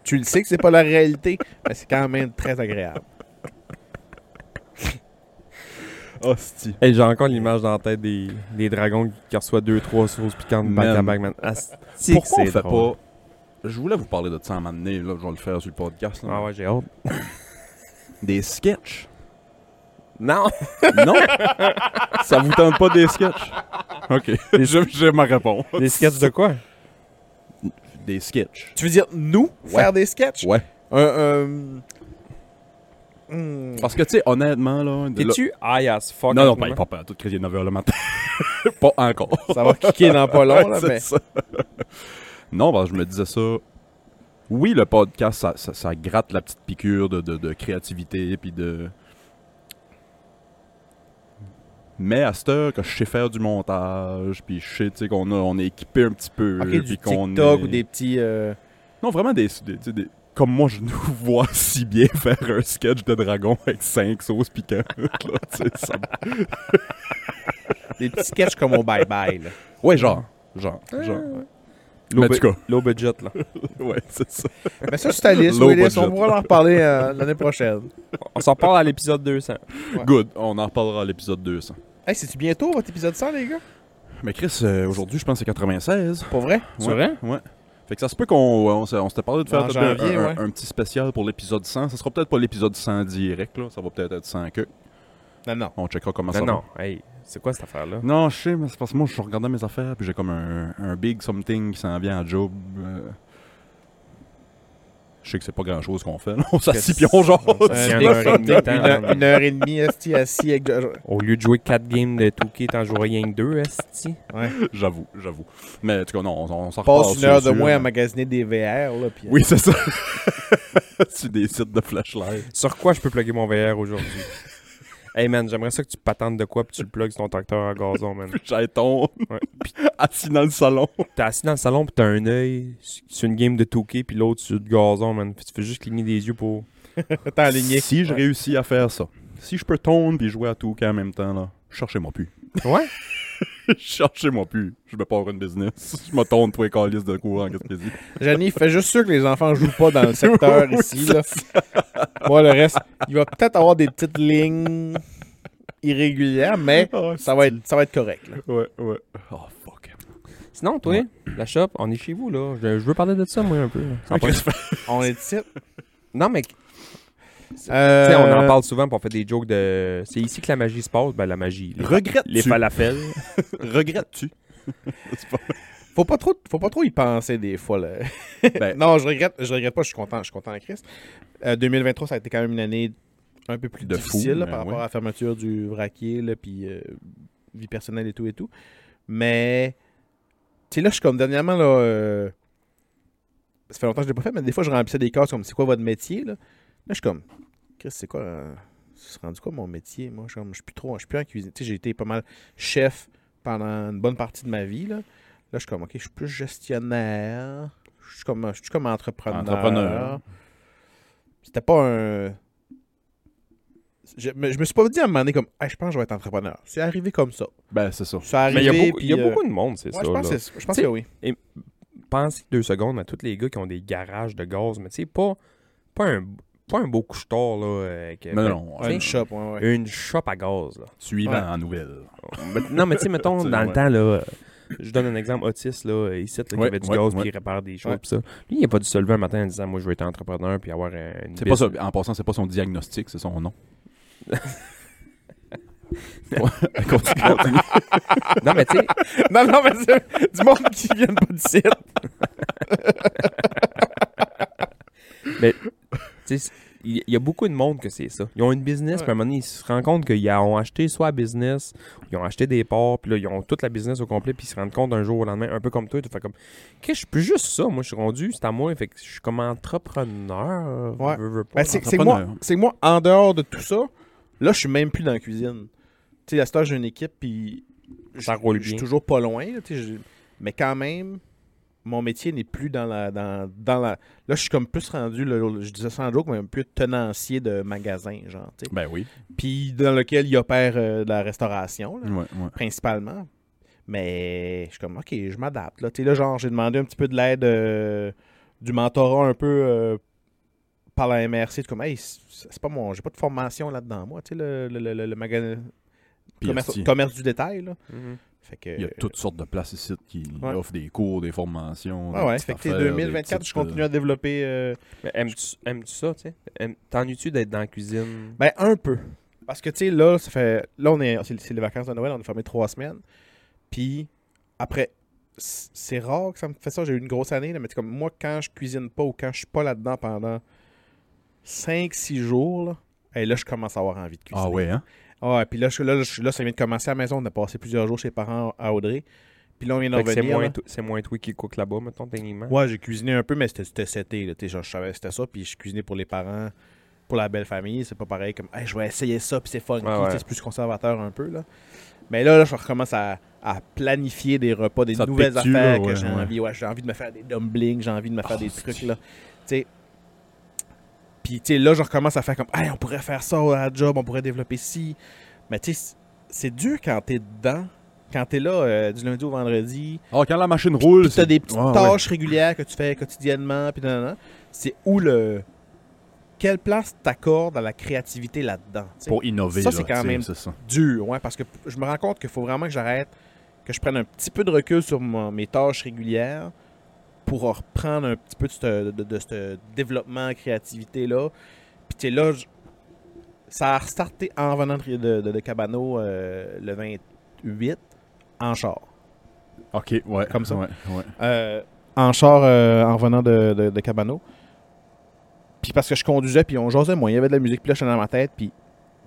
Tu le sais que c'est pas la réalité, mais c'est quand même très agréable.
Hostie.
Hey, j'ai encore l'image dans la tête des, des dragons qui reçoivent 2-3 sauces piquantes back
Man.
à back, man. Asti que
Pourquoi on
c'est
fait
drôle.
pas Je voulais vous parler de ça à un moment donné, là, je vais le faire sur le podcast. là.
Ah ouais, j'ai hâte.
Des sketchs.
Non!
Non! ça vous tente pas des sketchs? Ok, Je- j'ai ma réponse.
Des sketchs de quoi?
Des sketchs.
Tu veux dire nous faire des sketchs?
Ouais.
Un, euh, hmm,
Parce que, tu sais, honnêtement, là... de là-
T'es-tu high as fuck?
Non, non,
en ce
pas,
moment?
pas, pas, tout crédit 9h le matin. pas encore.
ça va kicker dans pas long, là,
C'est
mais
ça. non, ben, je me disais ça. Oui, le podcast, ça, ça- ça gratte la petite piqûre de, de- de créativité puis de. Mais à cette heure que je sais faire du montage, puis je sais tu sais, qu'on a- on est équipé un petit peu.
Ok,
puis
du
qu'on
TikTok
est-
ou des petits. euh,
Non, vraiment des. des- tu sais, des- Comme moi, je nous vois si bien faire un sketch de dragon avec cinq sauces piquantes. là, tu sais, ça me-
des petits sketchs comme au Bye Bye. là.
Ouais, genre. Genre. genre.
Low
Mais en
bu-
tout cas,
Low budget, là.
ouais, c'est ça.
Mais ça, c'est ta liste,
Low
Willis.
budget.
On pourra en reparler euh, l'année prochaine.
On s'en parle à l'épisode 200.
Good, on en reparlera à l'épisode 200.
Hey, c'est-tu bientôt votre épisode 100, les gars?
Mais Chris, euh, aujourd'hui, je pense que c'est 96.
Pour vrai?
Ouais,
C'est vrai?
Ouais. Fait que ça se peut qu'on on, s'est- on s'était parlé de faire
En
peut-être un-
janvier,
un,
ouais.
un petit spécial pour l'épisode 100. Ça sera peut-être pas l'épisode 100 direct, là. Ça va peut-être être 100 que.
Non, non.
On checkera comment ça
Non,
va.
non. Hey, c'est quoi cette affaire-là?
Non, je sais, mais c'est parce que moi, je regardais mes affaires, puis j'ai comme un, un big something qui s'en vient à job. euh. Je sais que c'est pas grand-chose qu'on fait, là. On s'assit, puis on genre.
C'est
Un
un
big
heure et demie
something,
de temps,
une heure-
là.
Une heure et demie, esti, assis avec...
Au lieu de jouer 4 games de 2K, t'en joues rien que 2, esti.
J'avoue, j'avoue. Mais en tout cas, non, on, on s'en reparle
Passe une heure de
dessus,
moins
là.
à magasiner des VR, là, puis... euh,
Oui, c'est ça. Sur des sites de flashlight.
Sur quoi je peux plugger mon VR aujourd'hui? hey, man, j'aimerais ça que tu patentes de quoi puis tu le plugues sur ton tracteur à gazon, man.
J'attends.
Ouais.
assis dans le salon.
T'es assis dans le salon pis t'as un œil sur une game de 2K puis l'autre sur du gazon, man. Puis tu fais juste cligner des yeux pour...
T'es aligné.
Si je réussis à faire ça, si je peux tourner puis jouer à tout en même temps, là, cherchez-moi plus.
Ouais?
cherchez-moi plus. Je me pars une business. Je me tourne pour les calices de cours en Gaspésie.
Johnny, fais juste sûr que les enfants jouent pas dans le secteur ici, là. Moi, le reste, il va peut-être avoir des petites lignes irrégulières, mais
Ah,
ça va être, ça va être correct, là.
Ouais, ouais. Oh, fuck.
Sinon, toi, la shop, on est chez vous, là. Je, je veux parler de ça, moi, un peu. là. Ça va pas-
On est ici.
Non, mais tu
Euh,
sais, on en parle souvent pour faire des jokes de... C'est ici que la magie se passe. Ben, la magie. Les, les
Regrettes-tu?
falafels.
Regrettes-tu? C'est pas-
Faut pas trop, faut pas trop y penser des fois, là.
Ben-
non, je regrette, je regrette pas, je suis content, je suis content en Christ. Euh, 2023, ça a été quand même une année un peu plus
De fou,
difficile là,
ben
par rapport
ouais.
à la fermeture du vraquier, là, puis euh, vie personnelle et tout et tout. Mais, tu sais, là, je suis comme dernièrement, là, euh, ça fait longtemps que je l'ai pas fait, mais des fois, je remplissais des cases comme c'est quoi votre métier, là. Là, je suis comme, Chris, c'est quoi, euh, c'est rendu quoi mon métier, moi? Je suis comme, je suis plus trop, je suis plus en cuisine. Tu sais, j'ai été pas mal chef pendant une bonne partie de ma vie, là. Là, je suis comme, OK, je suis plus gestionnaire. Je suis comme, je suis comme entrepreneur.
Entrepreneur.
C'était pas un. Je, me- je me suis pas dit à un moment donné comme, Hey, je pense que je vais être entrepreneur. C'est arrivé comme ça.
Ben, c'est ça.
C'est arrivé.
Mais il y a beaucoup,
puis,
il y a
euh,
beaucoup de monde, c'est ça,
ouais, je pense,
là.
que c'est- je pense
Tu sais,
que oui.
pensez deux secondes à tous les gars qui ont des garages de gaz, mais tu sais, pas, pas, un, pas un beau couche-tard, là. avec,
Non,
euh,
non.
tu sais,
Une shop, ouais, ouais.
Une shop à gaz, là.
Suivant
ben, Ouais.
en nouvelle. ben,
Mais- non, mais tu sais, mettons,
Tu sais,
dans le
ouais.
temps, là, euh, je donne un exemple, Otis, là, euh, ici, là, qui
Ouais,
avait du
ouais,
gaz,
ouais.
puis il répare des choses,
Ouais.
puis ça. Lui, il a pas dû se lever un matin en disant, moi, je veux être entrepreneur, puis avoir euh, une.
C'est pas ça.
business.
En passant, c'est pas son diagnostic, c'est son nom. Ouais, continue, continue.
Non, mais tu sais,
non, non, mais c'est du monde qui vient pas d'ici.
tu sais, il y- il y a beaucoup de monde que c'est ça. Ils ont une business,
Ouais.
puis à un moment donné, ils se rendent compte qu'ils ont acheté soit la business, ils ont acheté des parts, puis là, ils ont toute la business au complet, puis ils se rendent compte d'un jour au lendemain, un peu comme toi, tu fais comme, qu'est-ce que je peux juste ça, moi, je suis rendu, c'est à moi, fait que je suis comme entrepreneur.
Ouais.
veux, veux pas.
Ben, c'est c'est que moi,
Entrepreneur.
c'est que moi, en dehors de tout ça, là, je suis même plus dans la cuisine. Tu sais, à cette heure, j'ai une équipe, puis je-
Ça roule
je suis
bien.
toujours pas loin. là, tu sais, je- mais quand même, mon métier n'est plus dans la, dans, dans la... Là, je suis comme plus rendu, le- je disais sans joke, mais plus tenancier de magasin, genre, tu sais.
Ben oui.
Puis dans lequel il opère euh, de la restauration, là,
Ouais, ouais.
principalement. Mais je suis comme, OK, je m'adapte. Là. Tu sais, là, genre, j'ai demandé un petit peu de l'aide euh, du mentorat un peu euh, par la MRC. de Comme, hey, c'est c'est pas mon, j'ai pas de formation là-dedans, moi, tu sais, le, le, le, le- le magasin.
PRC.
Commerce, commerce du détail, là.
Mhm.
Fait que,
Il y a toutes sortes de places ici qui
Ouais.
offrent des cours, des formations.
Ah
des
ouais,
petites
fait que t'es
affaires, des
2024, je
petites,
continue
euh,
à développer. euh,
Mais aimes-tu aimes-tu ça, tu sais? Aimes- T'en tu d'être dans la cuisine?
Ben, un peu. Parce que, tu sais, là, ça fait. Là, on est. C'est c'est les vacances de Noël, on est fermé trois semaines. Puis, après, c- c'est rare que ça me fait ça. J'ai eu une grosse année, là, mais tu sais, comme moi, quand je cuisine pas ou quand je suis pas là-dedans pendant 5-6 jours, là, hey, là, je commence à avoir envie de cuisiner.
Ah ouais, hein?
Ouais, puis là, je, là, je- là, ça vient de commencer à la maison. On a passé plusieurs jours chez les parents à Audrey. Puis là, on vient d'en
Fait que c'est
revenir.
moins,
là.
toi- c'est moins toi qui cook là-bas, mettons, techniquement.
Ouais, j'ai cuisiné un peu, mais c'était c'était c'était, là, tu sais, genre, je savais c'était ça, puis je cuisinais pour les parents, pour la belle famille, c'est pas pareil comme hey, je vais essayer ça, puis c'est funky,
Ouais,
tu sais,
ouais.
c'est plus conservateur un peu là. Mais là, là, je recommence à, à planifier des repas, des
Ça te
nouvelles
pique-tu,
affaires
là,
que
ouais,
j'ai
ouais.
envie, ouais, j'ai envie de me faire des dumplings, j'ai envie de me faire
Oh,
des
c'est
trucs là. Tu sais puis tu sais là, je recommence à faire comme hey, on pourrait faire ça à la job, on pourrait développer ci. Mais tu sais c'est- c'est dur quand t'es dedans, quand t'es là euh, du lundi au vendredi,
Ah, quand la machine roule,
puis t'as
c'est...
des petites
Ouais, ouais.
tâches régulières que tu fais quotidiennement, puis nanana. C'est où le... Quelle place t'accordes à la créativité là-dedans? tu sais?
Pour innover,
Ça,
là,
c'est quand
tu sais,
même-
C'est ça.
Dur, ouais, parce que p- je me rends compte qu'il faut vraiment que j'arrête, que je prenne un petit peu de recul sur mon- mes tâches régulières pour en reprendre un petit peu de ce de- de ce développement, créativité-là. Puis tu sais, là, je- ça a restarté en venant de, de, de- de Cabano euh, le 28 en char.
OK, ouais.
Comme ça.
Ouais, ouais.
Euh, en char euh, en venant de, de, de Cabano. Puis parce que je conduisais, puis on jasait, moi, il y avait de la musique, puis là, j'étais dans ma tête, puis tu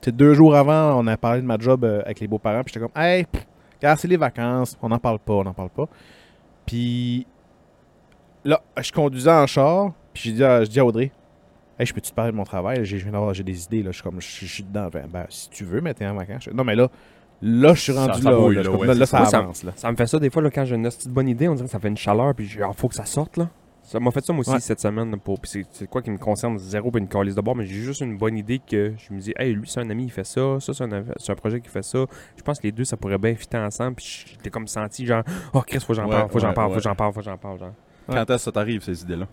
sais, deux jours avant, on a parlé de ma job euh, avec les beaux-parents, puis j'étais comme, hey, pff, regarde, c'est les vacances, on n'en parle pas, on n'en parle pas. Puis là, je conduisais en char, puis j'ai dit à, je dis à Audrey, hey, je peux-tu te parler de mon travail? J'ai, je viens d'avoir- j'ai des idées, là, je suis comme, je, je suis dedans, ben, ben, si tu veux, mais t'es en vacances. Je fais, non, mais là, là, je suis
Ça-
rendu
ça
là,
brouille,
là, je
là,
suis comme, là,
ouais,
là,
c'est
ça
ça. Moi, ça me-
avance, là.
Ça me fait ça des fois, là, quand j'ai une petite bonne idée, on dirait que ça fait une chaleur, puis j'ai ah, faut que ça sorte, là. Ça m'a fait ça, moi aussi,
Ouais.
cette semaine. là, Pour... puis c'est- c'est quoi qui me concerne zéro, puis une calice de bord, mais j'ai juste une bonne idée que je me dis, hey, lui, c'est un ami, il fait ça, ça, c'est un, av- c'est un projet qui fait ça. Je pense que les deux, ça pourrait bien fitter ensemble, puis j'étais comme senti, genre, oh, Chris, faut que j'en
Ouais,
parle, faut que j'en
ouais,
parle, faut
ouais.
que j'en parle, faut que j'en parle, genre.
Ouais.
Quand est-ce que ça t'arrive, ces idées-là?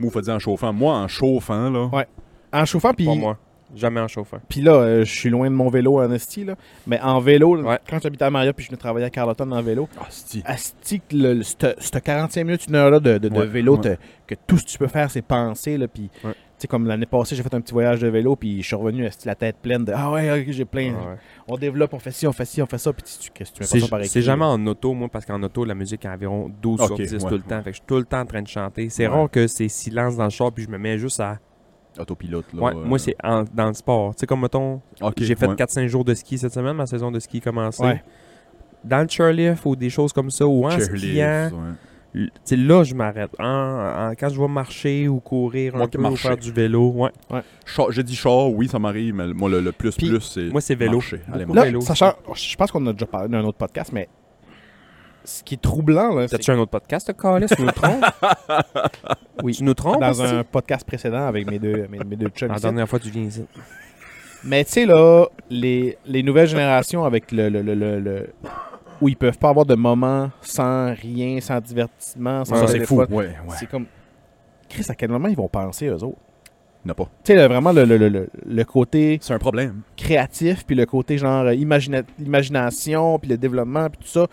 Moi, faut dire en chauffant. Moi, en chauffant, là...
Ouais. En chauffant, puis
Pas moi. Jamais en chauffant.
Puis là, euh, je suis loin de mon vélo en esti, là. Mais en vélo, là,
Ouais.
quand j'habitais à Maria, puis je venais travailler à Carleton en vélo,
Ah, c'est-tu.
asti, que le, le- c'te- c'te 45 minutes, une heure-là de, de- de
Ouais,
vélo,
ouais.
te- que tout ce que tu peux faire, c'est penser, là. Puis,
Ouais.
tu sais, comme l'année passée, j'ai fait un petit voyage de vélo, puis je suis revenu, esti, la tête pleine de Ah ouais, ok, j'ai plein.
Ah ouais.
On développe, on fait ci, on fait ci, on fait ça, puis tu, qu'est-ce que tu mets pas ça par
C'est c'est
écrit,
jamais
là.
en auto, moi, parce qu'en auto, la musique est environ 12
Ok,
sur 10
ouais,
tout le temps. Fait que je suis tout le temps en train de chanter. C'est
Ouais.
rare que c'est silence dans le char, puis je me mets juste à.
Autopilote, là.
Ouais,
euh,
Moi, c'est en- dans le sport. Tu sais, comme mettons,
OK,
j'ai fait
ouais.
4-5 jours de ski cette semaine, ma saison de ski commençait.
Ouais.
Dans le chairlift ou des choses comme ça, ou en
Chairlift,
skiant,
ouais.
l- tu sais, là, je m'arrête. En- en- quand je vais marcher ou courir un
Moi,
peu,
marcher.
ou faire du vélo, ouais.
Char- J'ai dit char, oui, ça m'arrive, mais moi, le, le plus
Puis,
plus, c'est...
moi, c'est vélo.
marcher. Allez,
Beaucoup.
moi.
Là,
vélo.
sachant, je pense qu'on a déjà parlé d'un autre podcast, mais ce qui est troublant, là, c'est
T'as-tu un autre podcast, Carlis? Tu nous trompes?
Oui.
Tu nous trompes?
dans
aussi?
un podcast précédent avec mes deux, mes, mes deux chums
La
ici.
dernière fois, tu viens ici.
Mais tu sais, là, les, les nouvelles générations avec le, le, le, le- le- où ils peuvent pas avoir de moments sans rien, sans divertissement, sans
Ouais,
Ça, c'est fou.
téléphone.
Ouais, ouais.
C'est comme. Chris, à quel moment ils vont penser eux autres?
Il y en a pas.
Tu sais, là, vraiment le, le, le- le- le côté
C'est un problème.
créatif, puis le côté genre euh, imagina- imagination, puis le développement, puis tout ça.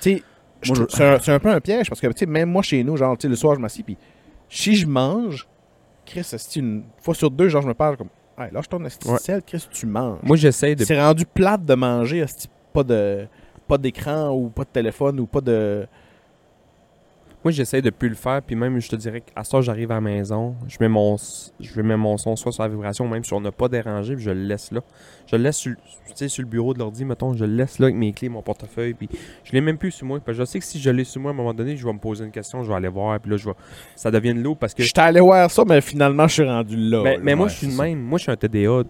Tu sais, je
Moi, je-
trouve- c'est un, c'est un peu un piège parce que tu sais, même moi chez nous, genre, tu sais, le soir, je m'assis, puis si je mange, Chris, c'est une fois sur deux, genre, je me parle comme. Hey, lâche ton
Ouais.
asticelle, Chris, tu manges.
Moi, j'essaie de
C'est rendu plate de manger, esti, pas de pas d'écran ou pas de téléphone ou pas de
Moi, j'essaie de plus le faire, puis même, je te dirais qu'à ça, j'arrive à la maison, je mets mon, je mets mon son soit sur la vibration, ou même sur ne pas déranger, puis je le laisse là. Je le laisse sur, tu sais, sur le bureau de l'ordi, mettons, je le laisse là avec mes clés, mon portefeuille, puis je l'ai même plus sur moi, parce que je sais que si je l'ai sur moi, à un moment donné, je vais me poser une question, je vais aller voir, puis là, je vais, ça devient de l'eau, parce que...
j'étais allé voir ça mais finalement je suis rendu là.
mais
là.
mais moi,
ouais,
je suis
c'est
de
ça.
même, moi, je suis un TDA,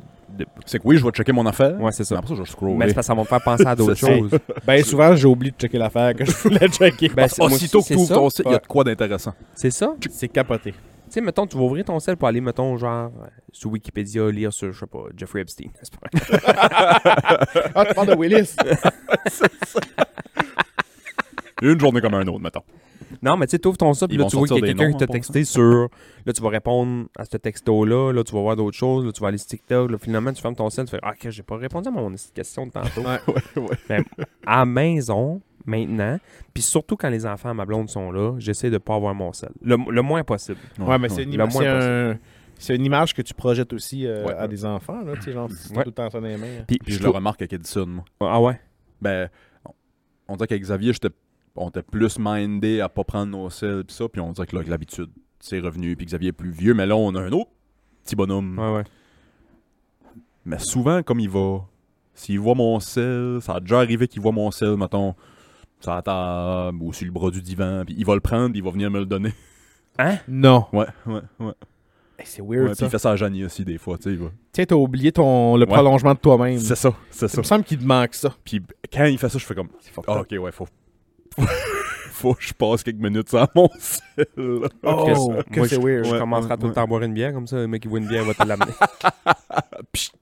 C'est que oui, je vais checker mon affaire.
ouais, c'est
Mais
ça.
après ça, je vais
Mais
scroller.
c'est parce que ça va me faire penser à d'autres
Ah, C'est ça.
choses.
ben souvent j'ai oublié de checker l'affaire que je voulais checker.
Ben, c'est- moi aussi,
Aussitôt Ah, que
c'est
tu ouvres
ça.
ton site, il y a
Ouais.
de quoi d'intéressant.
C'est ça.
C'est capoté.
Tu sais, mettons, tu vas ouvrir ton sel pour aller, mettons, genre, euh, sur Wikipédia, lire sur, je sais pas, Jeffrey Epstein, c'est pas vrai.
Ah tu parles de Willis.
Une journée comme un autre, mettons.
Non, mais tu sais, t'ouvres ton ça, puis
Ils
là,
vont
tu vois qu'il y a
sortir des
quelqu'un
noms
qui t'a
en
texté sur. Là, tu vas répondre à ce texto-là, là, tu vas voir d'autres choses, là, tu vas aller sur TikTok, là, finalement, tu fermes ton sel, tu fais Ah, que j'ai pas répondu à mon question de tantôt. Ben,
Ouais, ouais.
à maison, maintenant, puis surtout quand les enfants à ma blonde sont là, j'essaie de pas avoir mon sel. Le, le moins possible.
Ouais, mais c'est une,
Le
ima-
moins
c'est un- c'est une image que tu projettes aussi euh,
Ouais.
à des enfants, là, tu sais, genre, c'est
Ouais.
tout le temps ça dans les mains. hein.
Puis
Puis je
je
le
trouve-
remarque avec Edison, moi.
Ah ouais.
Ben, on- on dirait qu'avec Xavier, j'étais- on était plus mindé à pas prendre nos selles pis ça, puis on dirait que là, avec l'habitude, c'est revenu, puis Xavier est plus vieux, mais là, on a un autre petit bonhomme.
Ouais, ouais.
Mais souvent, comme il va, s'il voit mon sel, ça a déjà arrivé qu'il voit mon sel, mettons, sur la table ou sur le bras du divan, puis il va le prendre, puis il va venir me le donner.
Non.
Ouais, ouais, ouais.
Hey, c'est
Ouais,
weird,
puis
ça.
il fait ça à Janie aussi, des fois, tu sais. il va-
Tu sais, t'as oublié ton, le
Ouais.
prolongement de toi-même.
C'est ça, Mm. c'est
Il
ça.
me semble qu'il te manque ça.
Puis quand il fait ça, je fais comme,
C'est fucked
ah,
up.
ok, ouais, faut... faut que je passe quelques minutes sans mon sel. là.
Oh,
Chris,
que
moi,
c'est
je-
weird.
Je
Ouais,
commencerai à
ouais,
tout le temps à boire une bière comme ça. Le mec qui voit une bière, il va te l'amener.
Pchit.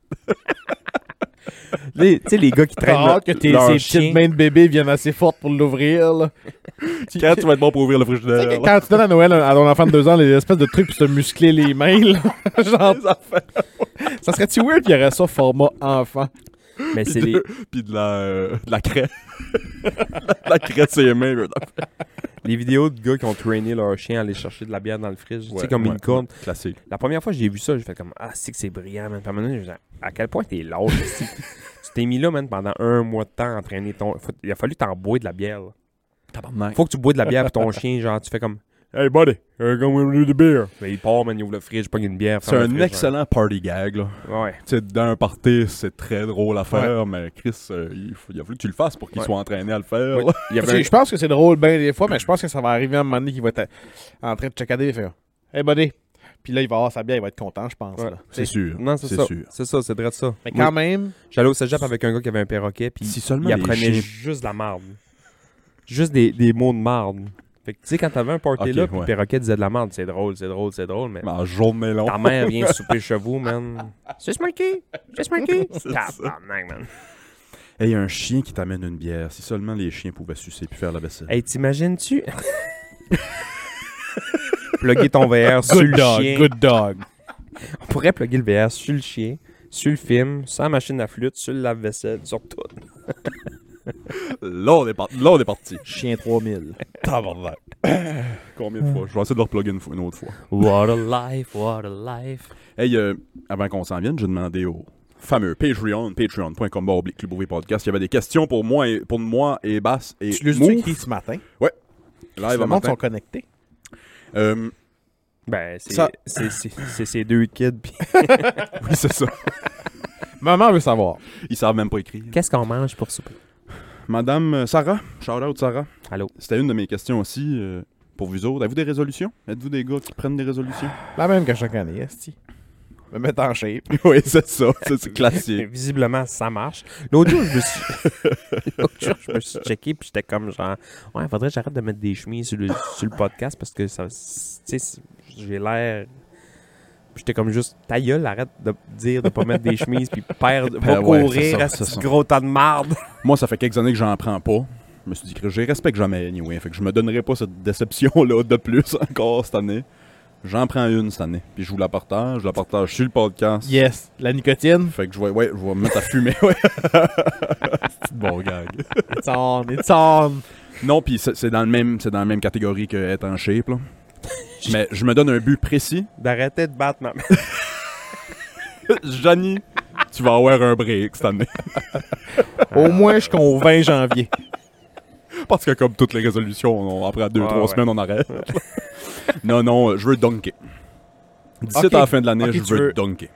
Les- Tu sais, les gars qui
T'as
traînent leur,
hâte Ah, que tes
leur
ces
chien.
petites mains de bébé viennent assez fortes pour l'ouvrir. là.
Quand tu vas être bon pour ouvrir le
Tu sais
frigidaire.
que Quand tu donnes à Noël à ton enfant de 2 ans les espèces de trucs pour se muscler les mains, là, genre, ça serait-tu weird qu'il y aurait ça format enfant?
Mais c'est les,
Puis de, puis de la, euh, de la craie. la craie de ses mains.
les vidéos de gars qui ont traîné leur chien à aller chercher de la bière dans le fridge. tu sais,
Ouais,
comme
ouais,
une corne.
Classique.
La première fois que j'ai vu ça, j'ai fait comme Ah, c'est que c'est brillant, man. Puis à un moment donné, j'ai dit, À quel point t'es lâche, ici? Tu t'es mis là, man, pendant un mois de temps à entraîner ton. faut- Il a fallu t'en boire de la bière, là.
Tabarnak.
Faut que tu bois de la bière, puis ton chien, genre, tu fais comme Hey, buddy, we're going to the beer. Puis il part, man, il ouvre le fridge, pogne une bière.
C'est
ferme le
un
fridge,
excellent party gag. Là.
genre. Ouais.
Tu sais, dans un party, c'est très drôle à faire, mais Chris, euh, il, faut- il a voulu que tu le fasses pour qu'il
Ouais.
soit entraîné à le faire.
Ouais.
là.
Il y
Tu sais,
avait
Je pense que c'est drôle bien des fois, mais je pense que ça va arriver à un moment donné qu'il va être euh, en train de checker et faire Hey buddy! Puis là, il va avoir sa bière, il va être content, je pense.
Ouais.
là.
C'est sûr.
Non, c'est
c'est
ça.
sûr.
C'est ça, c'est vrai de ça.
Mais
Moi,
quand même,
J'allais au cégep avec un gars qui avait un perroquet, puis
Si seulement
il
les
apprenait
chiens-
juste de la marde. Juste des, des mots de marde. Fait que, tu sais, quand t'avais un party
Ok,
là, puis
ouais.
le perroquet disait de la marde, c'est drôle, c'est drôle, c'est drôle, mais.
Mais en journée longue.
Ta mère vient souper chez vous, man. C'est Smarky! C'est Smarky! Tabarnak, man.
Hey, il y a un chien qui t'amène une bière. Si seulement les chiens pouvaient sucer puis faire la vaisselle.
Hey, t'imagines-tu? Plugger ton VR sur
good
le
dog,
chien.
good dog.
On pourrait plugger le VR sur le chien, sur le film, sur la machine à flûte, sur le lave-vaisselle, sur tout.
Là, on est, par- là, on est parti.
Chien 3000.
Tabarnak. Combien de fois Je vais essayer de le reploguer une, fois- une autre fois.
What a life, what a life.
Hey, euh, avant qu'on s'en vienne, j'ai demandé au fameux Patreon, patreon.com oblique Club Ouvrier podcast, il y avait des questions pour moi et, pour moi et Bass et
Tu l'as
Mouf,
écrit ce matin?
live
le
Ah,
en
monde
matin.
sont connectés.
Euh,
Ben, c'est
Ça-
c'est- c'est- c'est ces deux kids. Puis...
oui, c'est ça.
Maman veut savoir.
Ils savent même pas écrire.
Qu'est-ce qu'on mange pour souper?
Madame euh, Sarah, shout out Sarah.
Allô?
C'était une de mes questions aussi euh, pour vous autres. Avez-vous des résolutions? Êtes-vous des gars qui prennent des résolutions?
La même que chaque année, esti. Me mettre en shape.
oui, c'est ça. C'est c'est classique.
Visiblement, ça marche. L'autre jour, je me suis... L'autre jour, je me suis checké, puis j'étais comme genre... Ouais, faudrait que j'arrête de mettre des chemises sur le, sur le podcast, parce que ça... Tu sais, j'ai l'air... Puis J'étais comme juste, ta gueule, arrête de dire de pas mettre des chemises, puis perdre, va
Ben ouais, c'est
courir
ça,
à
c'est
ce
ça.
gros tas de marde.
Moi, ça fait quelques années que j'en prends pas. Je me suis dit que je les respecte jamais anyway. Fait que je me donnerai pas cette déception-là de plus encore cette année. J'en prends une cette année. Puis je vous la partage. Je la partage sur le podcast.
Yes. La nicotine.
Fait que je vais, ouais, je vais me mettre à fumer. Ouais. C'est bon gag.
It's on, it's
Euh.
on.
Non, puis c'est c'est dans, le même- c'est dans la même catégorie que être en shape. Là. Mais je me donne un but précis.
D'arrêter de battre ma...
Johnny, tu vas avoir un break cette année.
Au moins jusqu'au 20 janvier.
Parce que comme toutes les résolutions, on- après deux,
Ouais,
trois
ouais.
semaines, on arrête. non, non, euh, je veux dunker. D'ici
Ok.
à la fin de l'année,
Ok,
je
tu
veux,
veux-
dunker.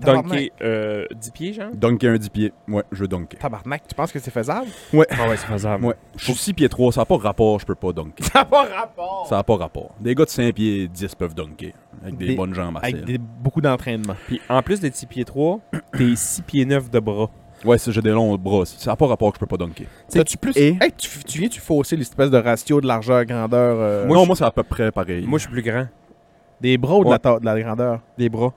Dunker euh, 10 pieds, genre?
Dunker un 10 pieds. Ouais, je veux dunker.
Tabarnak, tu penses que c'est faisable?
Ah ouais, c'est faisable.
Ouais. Je suis 6 pieds 3, ça n'a pas rapport, je peux pas dunker.
Ça n'a pas rapport.
Ça n'a pas rapport. Des gars de 5 pieds 10 peuvent dunker. Avec des,
Des-
bonnes jambes à
Avec des- beaucoup d'entraînement.
Puis en plus des 6 pieds 3, t'es 6 pieds 9 de bras.
Ouais, ça, j'ai des longs bras aussi. Ça n'a pas rapport que je peux pas dunker.
T'as-tu plus.
et-
Hey, tu, tu viens-tu fausser l'espèce de ratio de largeur-grandeur euh,
non, moi, c'est à peu près pareil.
Moi, je suis plus grand.
des bras ou de,
Ouais.
la ta- de la grandeur
Des bras.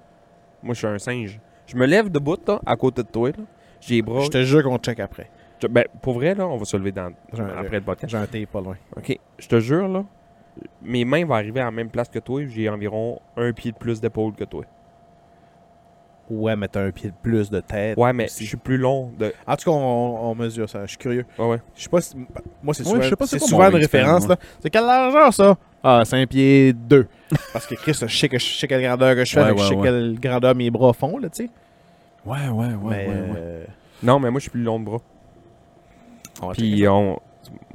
Moi, je suis un singe. Je me lève debout, là, à côté de toi, là. J'ai les bras.
Je te jure qu'on check après.
Je- Ben, pour vrai, là, on va se lever dans...
J'ai un,
après le podcast.
j'ai un tape pas loin.
OK. Je te jure, là, mes mains vont arriver à la même place que toi, et j'ai environ un pied de plus d'épaule que toi.
Ouais, mais t'as un pied de plus de tête.
Ouais, mais
aussi.
je suis plus long de.
En tout cas, on, on- on mesure ça. Je suis curieux.
Ouais, ouais.
Je sais pas si. Moi, c'est
Ouais,
souvent,
je sais pas
c'est
c'est quoi
souvent
mon
une
wingspan,
référence.
moi.
là. C'est quelle largeur ça Ah, c'est un pied 2. Parce que Chris, je sais, que, je sais quelle grandeur que je fais,
Ouais,
fait que je
ouais,
sais
ouais.
quelle grandeur mes bras font, là, tu sais.
Ouais, ouais, ouais,
mais.
ouais, ouais.
euh,
Non, mais moi, je suis plus long de bras.
on va checker
Puis, on...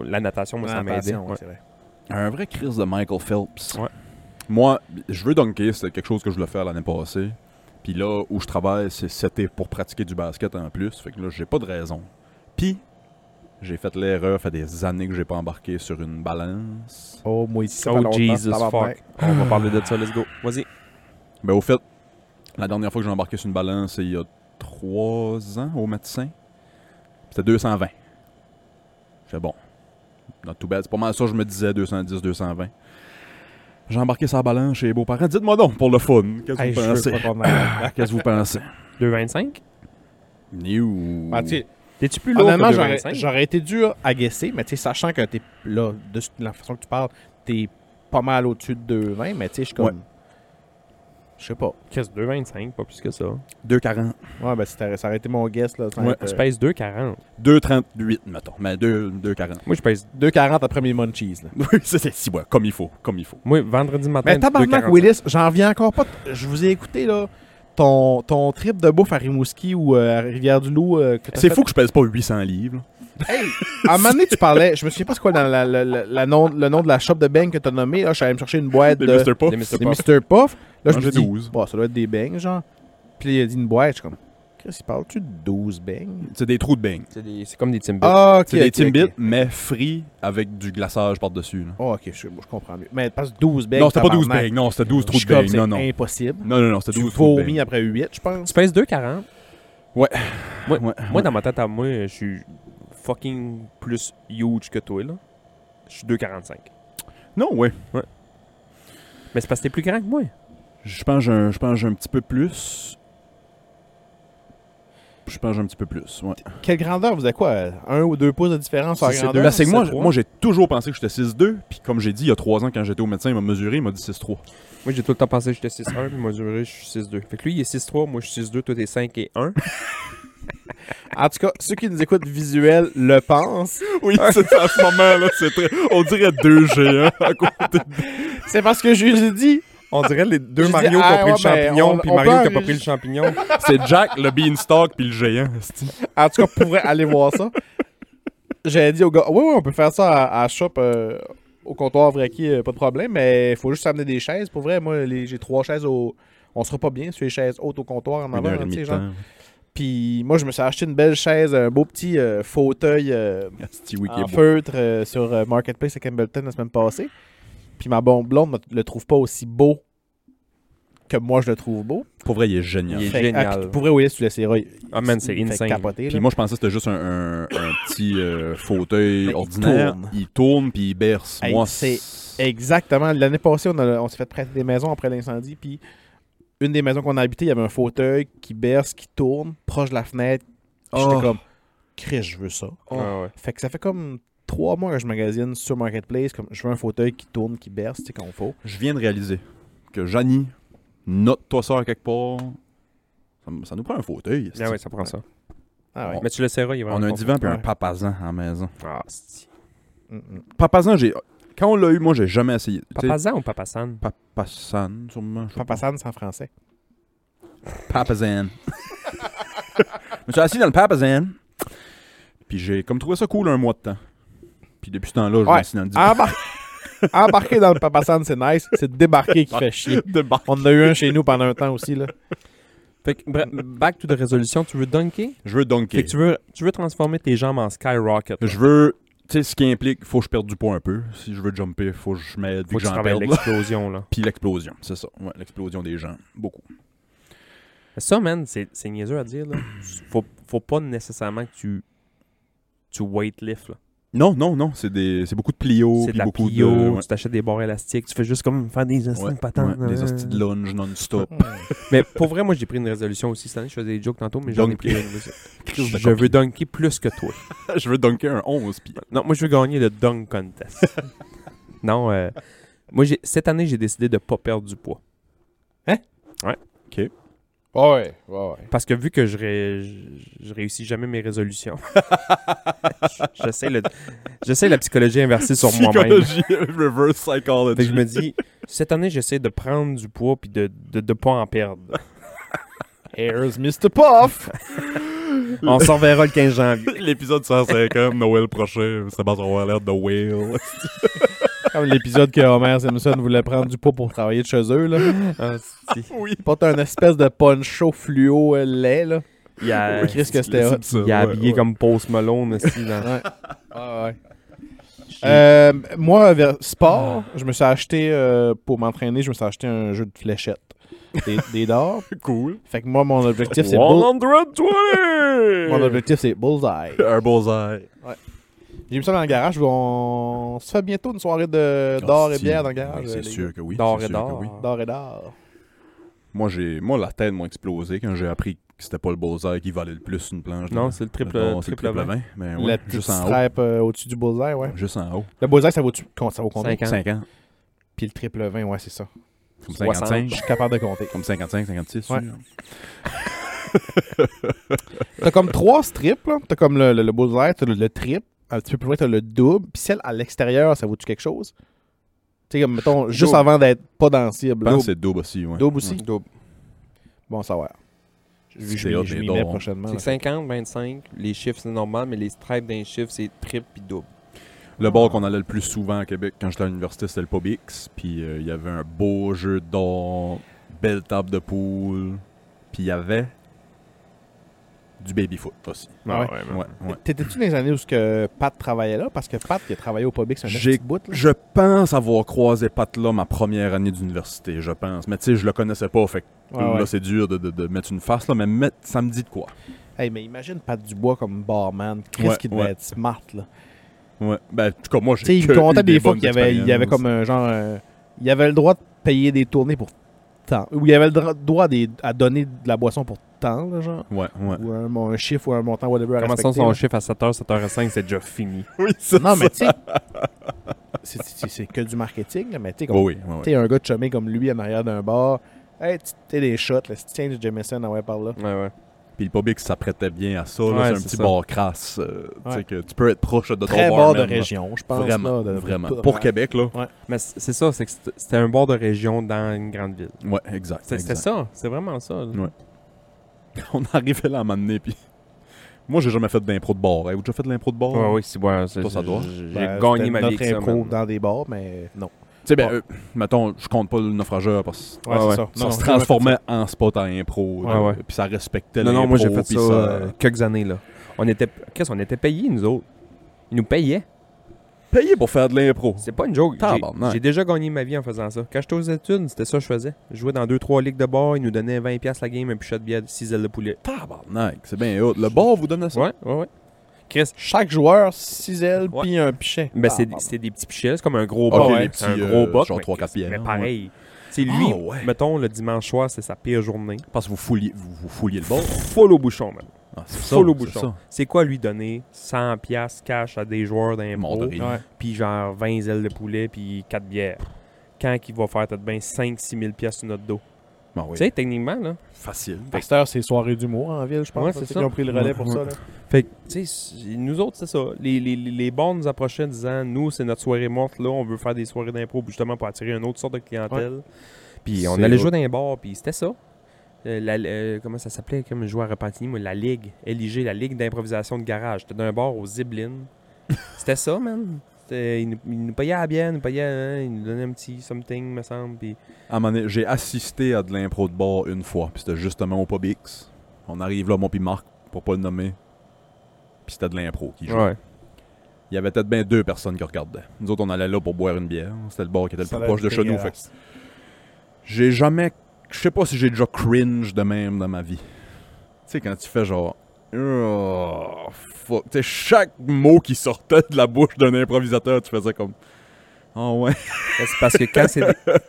la natation,
ça.
moi,
Ah,
ça m'a aidé.
attention, ouais,
ouais.
c'est vrai.
Un vrai Chris de Michael Phelps.
Ouais.
Moi, je veux dunker, c'est quelque chose que je voulais faire l'année passée. Puis là, où je travaille, c'est c'était pour pratiquer du basket en plus. Fait que là, j'ai pas de raison. Puis, j'ai fait l'erreur, fait des années que j'ai pas embarqué sur une balance.
Oh, moi ici, ça fait
Oh,
longtemps,
Jesus
tabarnak.
fuck. On va parler de ça, let's go. Vas-y.
Mais Ben, au fait, la dernière fois que j'ai embarqué sur une balance, c'est il y a trois ans au médecin. C'était 220. J'ai fait, bon, not too bad. C'est pas mal ça, je me disais 210, 220. J'ai embarqué sa balance chez les beaux-parents. Dites-moi donc pour le fun. Qu'est-ce que
Hey,
vous
je veux
pensez?
pas qu'on aille.
Qu'est-ce que vous pensez?
2,25
New.
Ah, tu sais,
T'es-tu plus long que
Honnêtement, j'aurais
2,25
j'aurais été dur à guesser, mais tu sais, sachant que t'es là, de la façon que tu parles, t'es pas mal au-dessus de 2,20, mais tu sais, je suis comme.
Ouais.
Je sais pas.
Qu'est-ce 2,25 Pas plus que ça.
2,40.
Ouais, ben, si t'aurais- ça aurait été mon guess, là. ça aurait
Ouais.
été- euh,
Je pèse 2,40.
2,38, mettons. Mais 2, 2,40.
Moi, je pèse.
2,40 après mes munchies, là.
Oui, ça, c'est si, ouais, comme il faut. Comme il faut.
Moi, vendredi matin.
Mais tabarnak,
2,45.
Willis, j'en reviens encore pas. t- Je vous ai écouté, là. Ton, ton trip de bouffe à Rimouski ou euh, à Rivière-du-Loup euh, que t'as
C'est
fait.
fou que je pèse pas 800 livres. là.
À un moment donné, tu parlais, je me souviens pas c'est quoi dans la, la- la- la nom, le nom de la shop de bang que t'as nommé. Là, je suis allé me chercher une boîte
Des
de...
Mr. Puff.
Des Mr.
C'est
Puff.
Mr. Puff. Là, je
Mangez
me dis,
12.
Bon, ça doit être des beignes, genre. Puis il a dit une boîte. Je suis comme, Chris, il parle-tu de 12 beignes?
C'est des trous de beignes.
C'est des- c'est comme des Timbits.
Ah, ok.
C'est
ok,
des
ok.
Timbits, mais frits avec du glaçage par-dessus. là.
Ah, ok, je, moi, je comprends mieux. Mais parce que 12 beignes.
Non, c'était pas 12
tabarnak.
beignes. Non, c'était 12
Je
trous
suis
de
comme,
beignes.
c'est
Non, non.
impossible.
Non, non, non, c'était
Tu
12 trous de
vomis
beignes.
après 8, je pense.
Tu pèses 2,40
Ouais,
Moi- Moi, dans ma tête à moi, je suis fucking plus huge que toi, là. Je suis 2,45.
Non, ouais.
Mais c'est parce que t'es plus grand que moi.
Je pense que j'ai un- je pense que j'ai un petit peu plus. Je pense que j'ai un petit peu plus, ouais.
Quelle grandeur vous avez quoi euh, Un ou deux pouces de différence en
C'est- c'est deux.
grandeur
Ben, c'est que moi,
7-3.
moi j'ai toujours pensé que j'étais 6'2, puis comme j'ai dit il y a 3 ans quand j'étais au médecin, il m'a mesuré, il m'a dit 6'3.
Moi, j'ai tout le temps pensé que j'étais 6,1, puis moi, je suis 6,2. Fait que lui, il est 6,3, moi, je suis 6,2, toi, t'es 5 et 1.
En tout cas, ceux qui nous écoutent visuel le pensent.
Oui, c'est à ce moment-là, c'est très. On dirait deux géants à côté
C'est parce que je lui ai dit.
On dirait les deux
Je
Mario
dis,
qui ont
ah,
pris
ouais,
le champignon,
ben, on-
puis
on
Mario
peut
qui a pas
en-
pris le champignon.
C'est Jack, le Beanstalk, puis le géant. c'est-tu.
En tout cas, pour vrai, aller voir ça. J'avais dit au gars, oui, oui, on peut faire ça à, à shop euh, au comptoir Vraki, euh, pas de problème, mais il faut juste amener des chaises. Pour vrai, moi, les- j'ai trois chaises au. On sera pas bien sur les chaises hautes au comptoir en
Une
avant,
heure et
hein, tu
demie
sais,
de
genre.
temps.
Puis moi, je me suis acheté une belle chaise, un beau petit euh, fauteuil euh,
Asti, oui, qui
en
est beau.
feutre euh, sur euh, Marketplace à Campbellton la semaine passée. Puis ma bombe blonde ne le trouve pas aussi beau que moi, je le trouve beau.
Pour vrai, il est génial.
Il est
Fait-
génial.
ah, puis pour vrai, oui, si tu l'essayeras, il-
Ah, man, c'est
il me fait
insane.
capoter, là.
Puis moi, je pensais que c'était juste un, un- un petit euh, fauteuil
Mais il
ordinaire.
tourne.
Il tourne puis il berce.
Hey,
Moi,
c'est
c'est-
Exactement. L'année passée, on, a- on s'est fait prêter des maisons après l'incendie. Puis une des maisons qu'on a habitées, il y avait un fauteuil qui berce, qui tourne, proche de la fenêtre. Puis J'étais
Oh.
comme, Chris, je veux ça.
Ah, ouais.
Fait que ça fait comme trois mois que je magasine sur Marketplace. Comme, je veux un fauteuil qui tourne, qui berce, tu sais, qu'on faut.
Je viens de réaliser que Janie, note-toi ça à quelque part. Ça, me- ça nous prend un fauteuil. c'est-
Ah, ouais, ça prend ça.
Ah ouais.
Mais tu l'essaieras, il va
On a un divan puis un
Ouais.
papazan en maison.
Ah, c'est.
Mm, mm.
Papazan, j'ai. Quand on l'a eu, moi, j'ai jamais essayé. Tu sais,
Papazan ou Papasan
Papazan, sûrement. je sais
Papa San, c'est en français.
pas. Papazan. je me suis assis dans le papazan. Puis j'ai comme trouvé ça cool un mois de temps. Puis depuis ce temps-là, je
Ouais. Ah,
me suis dans le divan.
Embar- Embarquer dans le Papa San, c'est nice. C'est débarquer qui fait chier.
De bord.
On en a eu un chez nous pendant un temps aussi. Là.
Fait que, bref, back to the résolution, tu veux dunker
Je veux dunker.
Fait que tu veux, tu veux transformer tes jambes en skyrocket. là.
Je veux. Tu sais, ce qui implique, faut que je perde du poids un peu. Si je veux jumper, faut que je m'aide, vu
Faut que
que
tu
j'en
travailles
perde. là.
l'explosion, là.
Puis l'explosion, c'est ça. Ouais, l'explosion des gens. Beaucoup.
Ça, man, c'est c'est niaiseux à dire, là. Faut, faut pas nécessairement que tu, tu weightlift, là.
Non, non, non, c'est des, c'est beaucoup de plios.
C'est de
puis
la
beaucoup
plio,
de, ouais,
tu t'achètes des barres élastiques, tu fais juste comme faire des hosties
ouais,
de patentes,
ouais, des
euh.
hosties de lunge
Mm.
non-stop.
Mais pour vrai, moi, j'ai pris une résolution aussi cette année. Je faisais des jokes tantôt, mais j'en ai
Donc-
pris une. aussi.
Crise de
je veux dunker plus que toi.
coquille. je veux dunker un 11, puis
Non, moi, je veux gagner le dunk contest. non, euh, Moi, j'ai- cette année, j'ai décidé de pas perdre du poids.
Ouais, ouais, ouais.
Parce que vu que je, ré- je- je réussis jamais mes résolutions, j'essaie le... j'essaie la psychologie inversée sur moi-même.
Psychologie, reverse
Fait que je
psychology.
me dis, cette année, j'essaie de prendre du poids puis de de, de pas en perdre.
Here's Mr. Puff!
On s'en reverra le 15 janvier.
L'épisode 150, Noël prochain, ça passe en l'air de Whale.
Comme l'épisode que Homer Simpson voulait prendre du poids pour travailler de chez eux, là.
Ah, si.
Oui.
Il porte un espèce de poncho fluo euh, laid, là.
Il a,
Oui, Chris, que c'était hot.
il a habillé comme Post Malone aussi. Dans...
Ah, Ouais, ouais. Euh, moi, vers sport,
Ah.
je me suis acheté, euh, pour m'entraîner, je me suis acheté un jeu de fléchettes. Des, des dards.
cool.
Fait que moi, mon objectif, c'est bull-
120!
mon objectif, c'est Bullseye.
Un bullseye.
J'ai mis ça dans le garage. On se fait bientôt une soirée de d'or et bière dans le garage.
Ah, C'est
les gars.
sûr que oui.
D'or
c'est
et
sûr que
d'or.
oui.
D'or et d'or.
Moi, j'ai, moi, la tête m'a explosé quand j'ai appris que c'était pas le bullseye qui valait le plus une planche.
Non,
de-
c'est le triple,
de don, c'est
triple,
le
vingt.
vingt, Mais
La
ouais,
petite
Ben juste en haut.
stripe euh, au-dessus du bullseye, ouais.
Juste en haut.
Le bullseye, ça vaut, ça vaut combien?
Cinquante.
50.
Puis le triple 20, ouais, c'est ça.
Comme
Soixante.
55.
Je suis capable de compter.
Comme 55, 56.
Ouais.
sûr.
T'as comme trois strips, là. T'as comme le, le, le bullseye, t'as le, le trip, un petit peu plus loin, t'as le double, puis celle à l'extérieur, ça vaut-tu quelque chose? Tu sais, comme, mettons, juste
Double.
avant d'être pas dans la cible.
Je pense
Double,
que c'est double aussi. Ouais.
double aussi?
Ouais.
Double. Bon, ça va. Je, je,
C'est
m'y-
hot,
je
les
m'y
dons,
mets
hein.
prochainement.
C'est
là.
que 50, 25, les chiffres c'est normal, mais les stripes d'un chiffre c'est triple puis double.
Le bar qu'on allait le plus souvent à Québec quand j'étais à l'université, c'était le Pobix. Puis euh, il y avait un beau jeu d'or, belle table de poule. Puis il y avait du baby-foot aussi.
Ah ouais?
Ouais, ouais.
T'étais-tu dans les années où ce que Pat travaillait là? Parce que Pat, il a travaillé au public, c'est un
J'ai-
petit bout. là.
Je pense avoir croisé Pat là ma première année d'université, je pense. Mais tu sais, je le connaissais pas, fait que
Ouais,
là,
ouais.
c'est dur de, de- de mettre une face, là, mais mettre- ça me dit de quoi.
Hey, mais imagine Pat Dubois comme barman. Qu'est-ce
Ouais,
qu'il devait
ouais.
être smart, là?
Ouais. Ben, en tout cas, moi, j'ai
Tu sais, il
que
me comptait
eu
des fois
bonnes
qu'il y avait, il y avait
expériences.
comme un genre. euh, il avait le droit de payer des tournées pour tant. Ou il avait le dro- droit des- à donner de la boisson pour tant, là, genre.
Ouais, ouais.
Ou un, mon- un chiffre ou un montant, whatever. à
Comment ça,
respecter,
son
là.
chiffre à 7h, 7h05, c'est déjà fini.
Oui, ça,
Non, mais
ça.
tu sais. c'est- C'est c'est que du marketing, là, mais tu sais, comme-
Oh oui, ouais, ouais.
tu sais, un gars de chumé comme lui en arrière d'un bar. Hey, tu t'es des shots, là. Si tu tiens du Jameson, ah ouais, par là.
Ouais, ouais.
Puis le public s'apprêtait bien à ça. là,
Ouais,
c'est un
c'est
petit
ça.
bar crasse. euh, tu sais,
Ouais.
que tu peux être proche de ton
Très
barman,
bar de
là.
région, je pense.
Vraiment,
là, de- de-
vraiment.
de-
Pour Québec, là.
Mais c- c'est ça, c'est que c'était- c'était un bord de région dans une grande ville.
Ouais, exact.
C'est- C'était
exact.
ça, c'est vraiment ça. là.
Ouais. On arrivait là à m'amener, puis... Moi, j'ai jamais fait d'impro de bar. Avez-vous déjà fait de l'impro de bar?
Ouais, ouais, c'est bon. J'ai
Toi, ça doit.
j'ai
Ben,
gagné
c'était
ma vie
notre
avec ça,
impro
man.
dans des bars, mais non.
Tu sais, ben,
Bon.
euh, mettons, je compte pas le naufrageur parce que
Ouais,
Ouais,
c'est
ouais.
ça.
ça
Non,
se
non,
transformait en spot à impro.
Ouais,
là,
ouais.
Puis ça respectait
Non, non, moi j'ai
l'impro,
fait
puis
ça euh, quelques années là. On était, qu'est-ce, on était payés nous autres. Ils nous payaient.
Payé pour faire de l'impro.
C'est pas une joke. J'ai-
Tabarnak.
J'ai déjà gagné ma vie en faisant ça. Quand j'étais aux études, c'était ça que je faisais. Je jouais dans 2-3 ligues de bar, ils nous donnaient 20$ la game, un pichet de bière, 6 ailes de poulet.
Tabarnak, c'est bien hot. Le bar vous donnait ça?
Ouais, ouais, ouais. Chris,
Chaque joueur, 6 ailes,
Ouais.
puis un pichet.
ben
Ah,
c'est,
bon.
c'est des petits pichets, c'est comme un gros
Ok,
bas.
les
ouais.
petits,
C'est un
euh,
gros bas.
genre
mais
trois, quatre
Chris,
pieds,
Mais
hein,
pareil. C'est lui,
Ah, ouais.
mettons, le dimanche soir, c'est sa pire journée.
Parce que vous fouliez, vous, vous fouliez le bar.
Full au bouchon, man.
Ah, c'est
Full au
c'est
bouchon.
ça.
C'est quoi lui donner 100$ cash à des joueurs d'un
Mort de rire.
Ouais.
puis genre 20 ailes de poulet, puis 4 bières. Quand qu'il va faire peut-être bien 5-6 000 pièces sur notre dos.
Ah oui.
Tu sais, techniquement, là.
Facile.
À cette heure, c'est soirée d'humour en ville, je pense.
Ouais,
c'est
c'est
ça.
ça.
Ils ont pris le relais
Ouais,
pour
ouais.
ça. Là.
Fait que, tu sais, c- nous autres, c'est ça. Les, les, les les bars nous approchaient en disant, nous, c'est notre soirée morte, là, on veut faire des soirées d'impro justement pour attirer une autre sorte de clientèle. Puis on
C'est
allait
autre-
jouer dans les bars, puis c'était ça. Euh, la- euh, comment ça s'appelait comme joueur à Repentigny, moi, la Ligue, LIG, la Ligue d'improvisation de garage. J'étais dans un bar aux Ziblines. c'était ça, man. C'était- Ils nous, ils nous payaient à bien, ils nous payaient, hein, ils nous donnaient un petit something, me semble. Puis
À un moment donné, j'ai assisté à de l'impro de bar une fois, puis c'était justement au Pobix. On arrive là, mon puis Marc, pour pas le nommer. Puis c'était de l'impro qui jouait. Il y avait peut-être bien deux personnes qui regardaient. Nous autres, on allait là pour boire une bière. C'était le bar qui était le
Ça
plus
a
proche de
l'air
chez nous. Fait que
dégueulasse.
j'ai jamais. Je sais pas si j'ai déjà cringe de même dans ma vie. Tu sais, quand tu fais genre. Oh, fuck. Tu sais, chaque mot qui sortait de la bouche d'un improvisateur, tu faisais comme. Oh ouais.
Ben, C'est parce que quand c'est,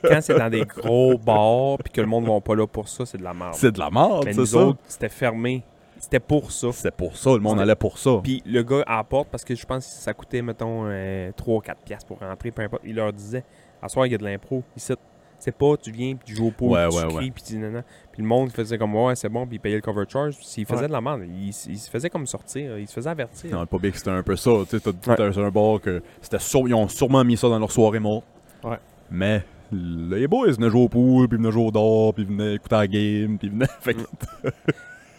quand c'est dans des gros bars puis que le monde ne va pas là pour ça, c'est de la merde.
C'est de la merde,
Ah Mais
c'est
nous
ça.
autres, c'était fermé. C'était pour ça.
C'était pour ça, le monde
C'était-
allait pour ça.
Puis le gars à la porte, parce que je pense que ça coûtait, mettons, euh, 3 ou 4 piastres pour rentrer, peu importe. Il leur disait À soir, il y a de l'impro. Ici, c'est pas, tu viens, puis tu joues au pot,
Ouais,
puis tu
ouais,
cries,
ouais.
puis tu dis nanana. Puis le monde faisait comme, ouais, c'est bon, puis il payait le cover charge. S'il faisait
Ouais.
de la merde, il, s- il se faisait comme sortir, il se faisait avertir.
Dans le public, c'était un peu ça. Tu sais, t'as- t'as- c'est un bar que c'était sûr- ils ont sûrement mis ça dans leur soirée morte.
Ouais.
Mais les boys venaient jouer au pool, puis venaient jouer au dard, puis venaient écouter la game, puis venaient. Fait que-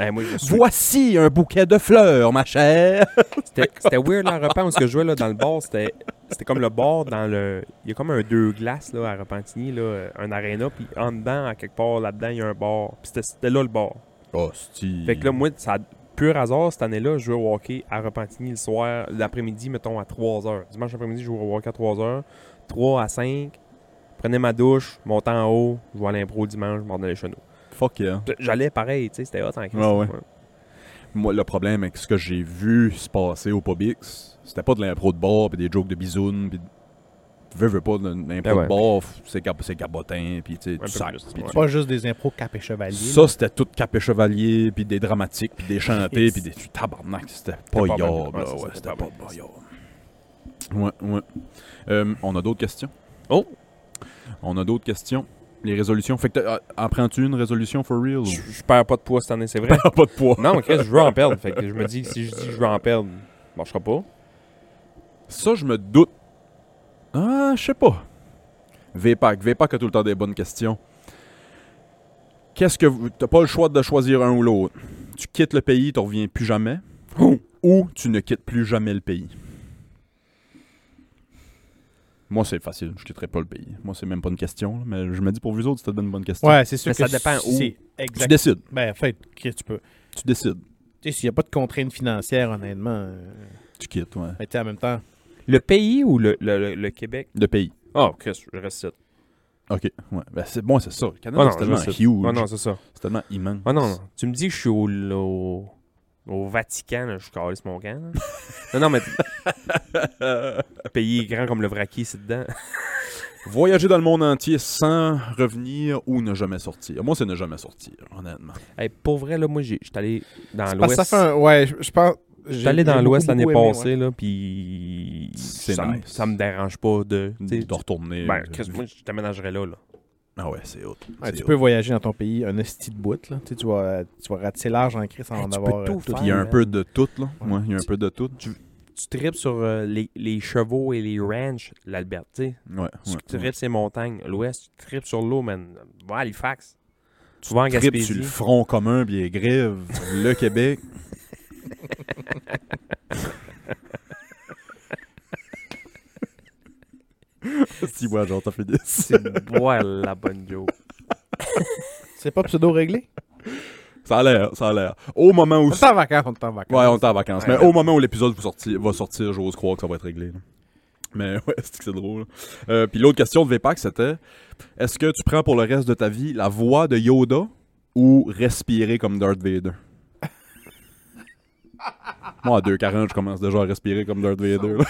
Eh, moi, je me souviens-
Voici un bouquet de fleurs, ma chère.
C'était c'était weird là, à Repent, parce que je jouais là, dans le bar, c'était c'était comme le bar dans le. Il y a comme un deux glaces là, à Repentigny, là, euh, un aréna, puis en dedans, à quelque part là-dedans, il y a un bar. Puis c'était- c'était là le bar.
Oh, c'est.
Fait que là, moi, ça, pur hasard, cette année-là, je jouais au hockey à Repentigny le soir, l'après-midi, mettons, à 3h. Dimanche après-midi, je jouais au hockey à 3h. 3 à 5. Prenais ma douche, montais en haut, je jouais à l'impro dimanche, je m'en donnais les chenaux.
Fuck yeah.
J'allais pareil, tu sais, c'était hot en crise.
Ouais, ouais. Moi, le problème avec ce que j'ai vu se passer au Pobix, c'était pas de l'impro de bar, puis des jokes de bisounes, puis veux, veux pas, de l'impro
Ah ouais.
de bar, f- c'est cap- c'est cabotin, puis tu sais,
peu
tu sacres,
plus,
puis
ouais.
tu-
Pas juste des impros cap et chevalier. là.
Ça, c'était tout cap et chevalier, puis des dramatiques, puis des chantés, puis des tu- tabarnak, c'était pas
pas
yard,
bon, ouais,
là,
ça,
ouais,
c'était
c'était
pas
pas
bon.
yard. Ouais, ouais. Euh, on a d'autres questions?
Oh!
On a d'autres questions. Les résolutions. Fait que t'as- ah, en prends-tu une résolution for real? ou-
Je je perds pas de poids cette année, c'est vrai.
Ah, pas de poids.
Non, Chris, je veux en perdre. Fait que je me dis que si je dis que je veux en perdre, ça marchera pas.
Ça, je me doute. Ah, je sais pas. VPAC. VPAC a tout le temps des bonnes questions. Qu'est-ce que. vous- T'as pas le choix de choisir un ou l'autre. Tu quittes le pays, tu reviens plus jamais. ou tu ne quittes plus jamais le pays. Moi, c'est facile. Je quitterai pas le pays. Moi, c'est même pas une question. là, Mais je me dis pour vous autres, c'était une bonne question.
Ouais, c'est sûr
Mais
que
ça dépend où.
si-
Tu
Exact.
décides.
Ben, en fait, que tu peux.
Tu décides.
Tu sais, s'il n'y a pas de contraintes financières, honnêtement. euh,
Tu quittes, ouais.
Mais tu sais, en même temps.
Le pays ou le, le, le- le Québec
Le pays.
Oh, Chris, je reste ici.
OK. Ouais. Ben, c'est bon, c'est ça. Le
Ah
Canada,
non,
c'est
je sais.
tellement
Ah
huge.
non, c'est ça.
c'est tellement immense.
Ah non, non. Tu me dis que je suis au, au, au Vatican, là, je calisse mon camp. là. non, non, mais le pays est grand comme le vraquier, c'est dedans.
Voyager dans le monde entier sans revenir ou ne jamais sortir. Moi, c'est ne jamais sortir, honnêtement.
Hey, pour vrai, là, moi, j'ai- j'étais allé dans
Parce que ça
l'Ouest.
fait un- Ouais, je, je pense.
J'étais allé dans l'Ouest l'année passée, là, puis
C'est
ça, me-
nice. euh,
ça me dérange pas de... tu sais,
De retourner.
Ben, Chris, moi, je t'aménagerais là, là.
Ah ouais, c'est haute.
tu peux voyager dans ton pays, un esti de bout, là. Tu sais, tu vas, tu vas ratisser large en
Eh,
crise sans
Hey,
en
tu peux
avoir. euh,
tout faire.
Il y a un
man.
peu de tout, là.
Ouais.
hein. Ouais, il y a un peu de tout.
Tu tripes sur euh, les, les chevaux et les ranchs, l'Alberta. tu sais.
Ouais, ouais,
Tu
ouais.
tripes ces montagnes. L'Ouest, tu tripes sur l'eau, man. Va à Halifax. Tu vas en
Trip sur le
Gaspésie.
front commun, puis les grèves, le Québec. si, ouais, genre, t'as fait des...
C'est voilà, bonne joke.
C'est pas pseudo-réglé?
Ça a l'air, ça a l'air. Au moment où...
On est en vacances, on est en vacances.
Ouais, on est en vacances.
Ouais,
mais
ouais.
au moment où l'épisode vous sorti- va sortir, j'ose croire que ça va être réglé. là. Mais ouais, c'est que c'est drôle. Euh, Puis l'autre question de VPAC, c'était est-ce que tu prends pour le reste de ta vie la voix de Yoda ou respirer comme Darth Vader Moi, à 2,40, je commence déjà à respirer comme Darth Vader. là.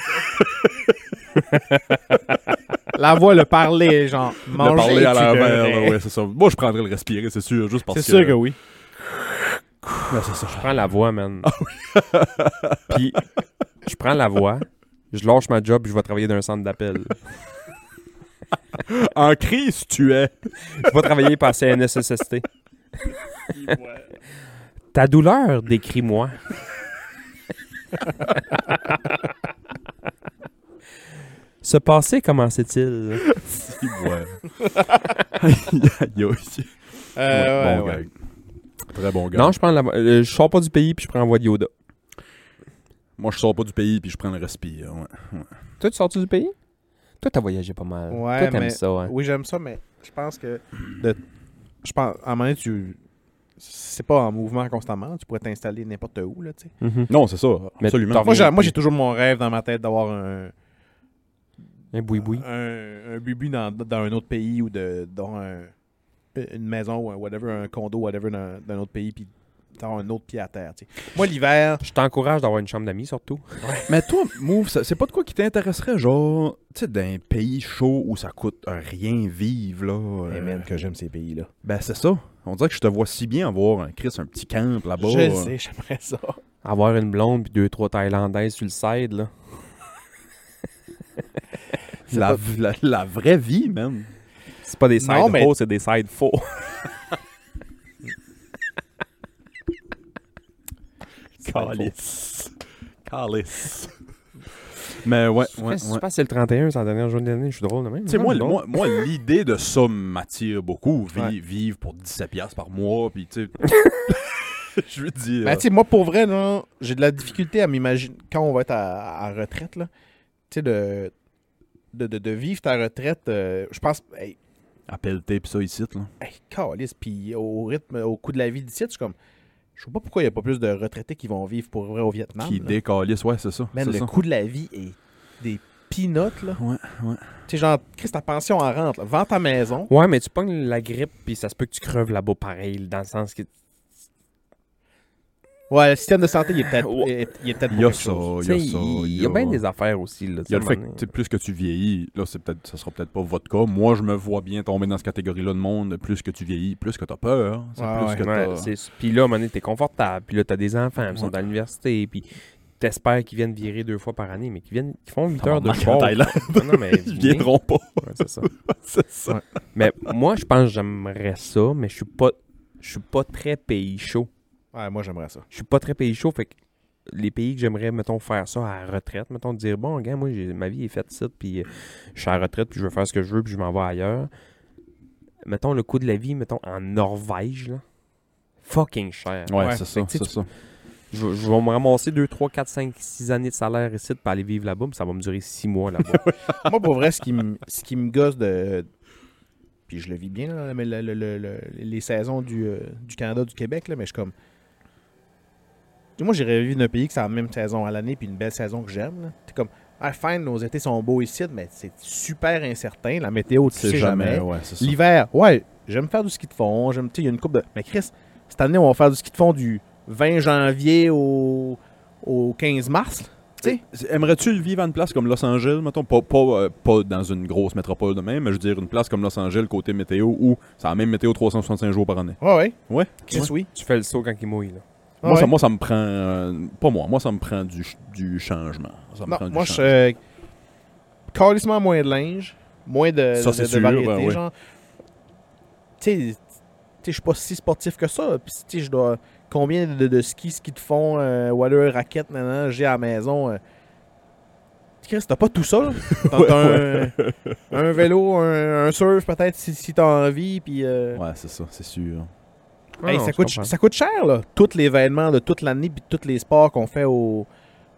La voix, le parler, genre. Manger,
le parler à
tu
l'envers,
devrais.
là, ouais, c'est ça. Moi, je prendrais le respirer, c'est sûr, juste parce
C'est
que.
sûr que oui.
Ouais, c'est ça.
Je prends la voix,
Ah
man. Puis, je prends la voix, je lâche ma job, je vais travailler dans un centre d'appel.
En crise, tu es.
Je vais travailler par CNSSST. Ta douleur, décris-moi. Ce passé, comment c'est-il?
Si, ouais. Aïe, aïe, aïe.
Euh, ouais,
Ouais, bon
ouais.
gag. Très bon gars.
Non, je prends la voix- euh, je sors pas du pays puis je prends la voix de Yoda.
Moi, je sors pas du pays puis je prends le respire. Ouais.
Toi, tu sors-tu du pays? Toi, t'as voyagé pas mal.
Ouais,
Toi, t'aimes
mais-
ça, hein?
Oui, j'aime ça, mais je pense que. De... Je pense, à un moment donné, tu. C'est pas en mouvement constamment. Tu pourrais t'installer n'importe où, là, tu sais.
Mhm.
Non, c'est ça.
Mais
absolument.
t'en-
Moi, j'ai- Moi, j'ai toujours mon rêve dans ma tête d'avoir un,
Un boui-boui.
un, un bubu dans, dans un autre pays ou de, dans un- une maison ou un, whatever, un condo, whatever, dans, dans un autre pays, puis d'avoir un autre pied à terre. tu sais. Moi, l'hiver,
Je t'encourage d'avoir une chambre d'amis, surtout.
Mais toi, Move, ça- c'est pas de quoi qui t'intéresserait, genre, tu sais, d'un pays chaud où ça coûte rien vivre, là. euh,
que j'aime ces pays-là.
ben, c'est ça. On dirait que je te vois si bien avoir un Chris, un petit camp là-bas. euh,
je le sais, j'aimerais ça.
Avoir une blonde puis deux, trois Thaïlandaises sur le side, là.
La, la, la vraie vie, même.
C'est pas des sides
Non, mais-
faux, c'est des sides faux.
Calice. Calice. Mais ouais, ouais, ouais.
Qu'est-ce qui se passe, c'est le 31, c'est la dernière journée de l'année, je suis drôle de même.
Tu sais, moi,
Non,
moi, moi, l'idée de ça m'attire beaucoup. Vi-
Ouais.
Vivre pour 17$ piastres par mois, puis tu sais. je veux dire.
Mais Ben, tu sais, moi, pour vrai, là, j'ai de la difficulté à m'imaginer quand on va être à, à retraite, là, tu sais, de, de, de, de vivre ta retraite. euh, je pense, hey,
Appelle tape ça ici, là.
hey, câlisse, puis au rythme, au coût de la vie d'ici, je suis comme, je sais pas pourquoi il n'y a pas plus de retraités qui vont vivre pour vrai au Vietnam.
Qui
là.
décalisse, ouais, c'est ça.
Man,
c'est
le
ça.
coût de la vie est des peanuts, là.
Ouais, ouais.
Tu sais, genre, Chris, ta pension en rente, là. vends ta maison.
Ouais, mais tu pognes la grippe, puis ça se peut que tu creves là-bas pareil, dans le sens que.
Ouais, le système de santé, il est peut-être
Ouais.
est- il est peut-être
Il y a
pour quelque
ça,
chose.
il
Tu
y a
sais,
ça.
Il y a bien des affaires aussi. Là,
Il y a le fait que tu sais, plus que tu vieillis, là, c'est peut-être, ça sera peut-être pas votre cas. Moi, je me vois bien tomber dans cette catégorie-là de monde. Plus que tu vieillis, plus que t'as peur. C'est
Ouais,
plus
ouais.
que
Ouais,
t'as-
c'est- Puis là, à un moment donné, t'es confortable. Puis là, t'as des enfants, ils sont
Ouais.
à l'université. Puis t'espères qu'ils viennent virer deux fois par année, mais qu'ils viennent, qu'ils font 8 heures de
Tabarnak, en
sport.
Thaïlande,
Non, non, mais
Ils viendront pas.
Ouais, c'est ça.
c'est ça.
Mais moi, je pense que j'aimerais ça, mais je suis pas, je suis pas très pays chaud.
Ouais, moi, j'aimerais ça.
Je suis pas très pays chaud, fait que les pays que j'aimerais, mettons, faire ça à la retraite, mettons, dire, bon, gars, moi, j'ai- ma vie est faite ça, puis euh, je suis à la retraite, puis je veux faire ce que je veux, puis je m'en vais ailleurs. Mettons, le coût de la vie, mettons, en Norvège, là, fucking cher.
Ouais,
Ouais,
c'est
fait
ça,
que tu sais,
c'est ça.
Je, vais- je vais me ramasser 2, 3, 4, 5, 6 années de salaire ici pour aller vivre là-bas, puis ça va me durer 6 mois là-bas.
Moi, pour vrai, ce qui me, ce qui me gosse de. Puis je le vis bien, là, mais le- le- le- le- les saisons du, euh, du Canada, du Québec, là, mais je suis comme. Moi, j'irais vivre dans un pays qui a la même saison à l'année, puis une belle saison que j'aime. là. T'es comme, ah, fine, nos étés sont beaux ici, mais c'est super incertain. La météo, tu sais jamais.
ouais, c'est ça.
L'hiver, ouais, j'aime faire du ski de fond. J'aime, tu sais, il y a une coupe de. Mais Chris, cette année, on va faire du ski de fond du 20 janvier au, au 15 mars.
Tu sais, Aimerais-tu vivre à une place comme Los Angeles, mettons, pas, pas, euh, pas dans une grosse métropole de même, mais je veux dire une place comme Los Angeles côté météo où c'est la même météo 365 jours par année.
Ouais, ouais.
Ouais.
Chris,
Ouais.
oui.
tu fais le saut quand il mouille, là.
Ouais,
Moi,
ouais.
ça, moi, ça me prend. euh, pas moi, moi, ça me prend du, ch- du changement. Ça me
Non,
prend du
moi, je
changement.
euh, calissement moins de linge, moins de,
Ça,
de,
c'est
de
sûr,
variété,
ben oui.
genre. Tu sais, tu sais, je suis pas si sportif que ça. Puis, tu sais, je dois. Combien de, de skis, skis de fond, euh, water, raquettes, nanan, j'ai à la maison. euh. Chris, t'as pas tout ça, là. T'as
Ouais,
t'as un, un vélo, un, un surf, peut-être, si, si t'as envie. Puis. euh,
Ouais, c'est ça, c'est sûr.
hey,
Ah non,
ça,
je
coûte,
comprends.
ça coûte cher, là. Tous les événements de toute l'année, puis tous les sports qu'on fait au.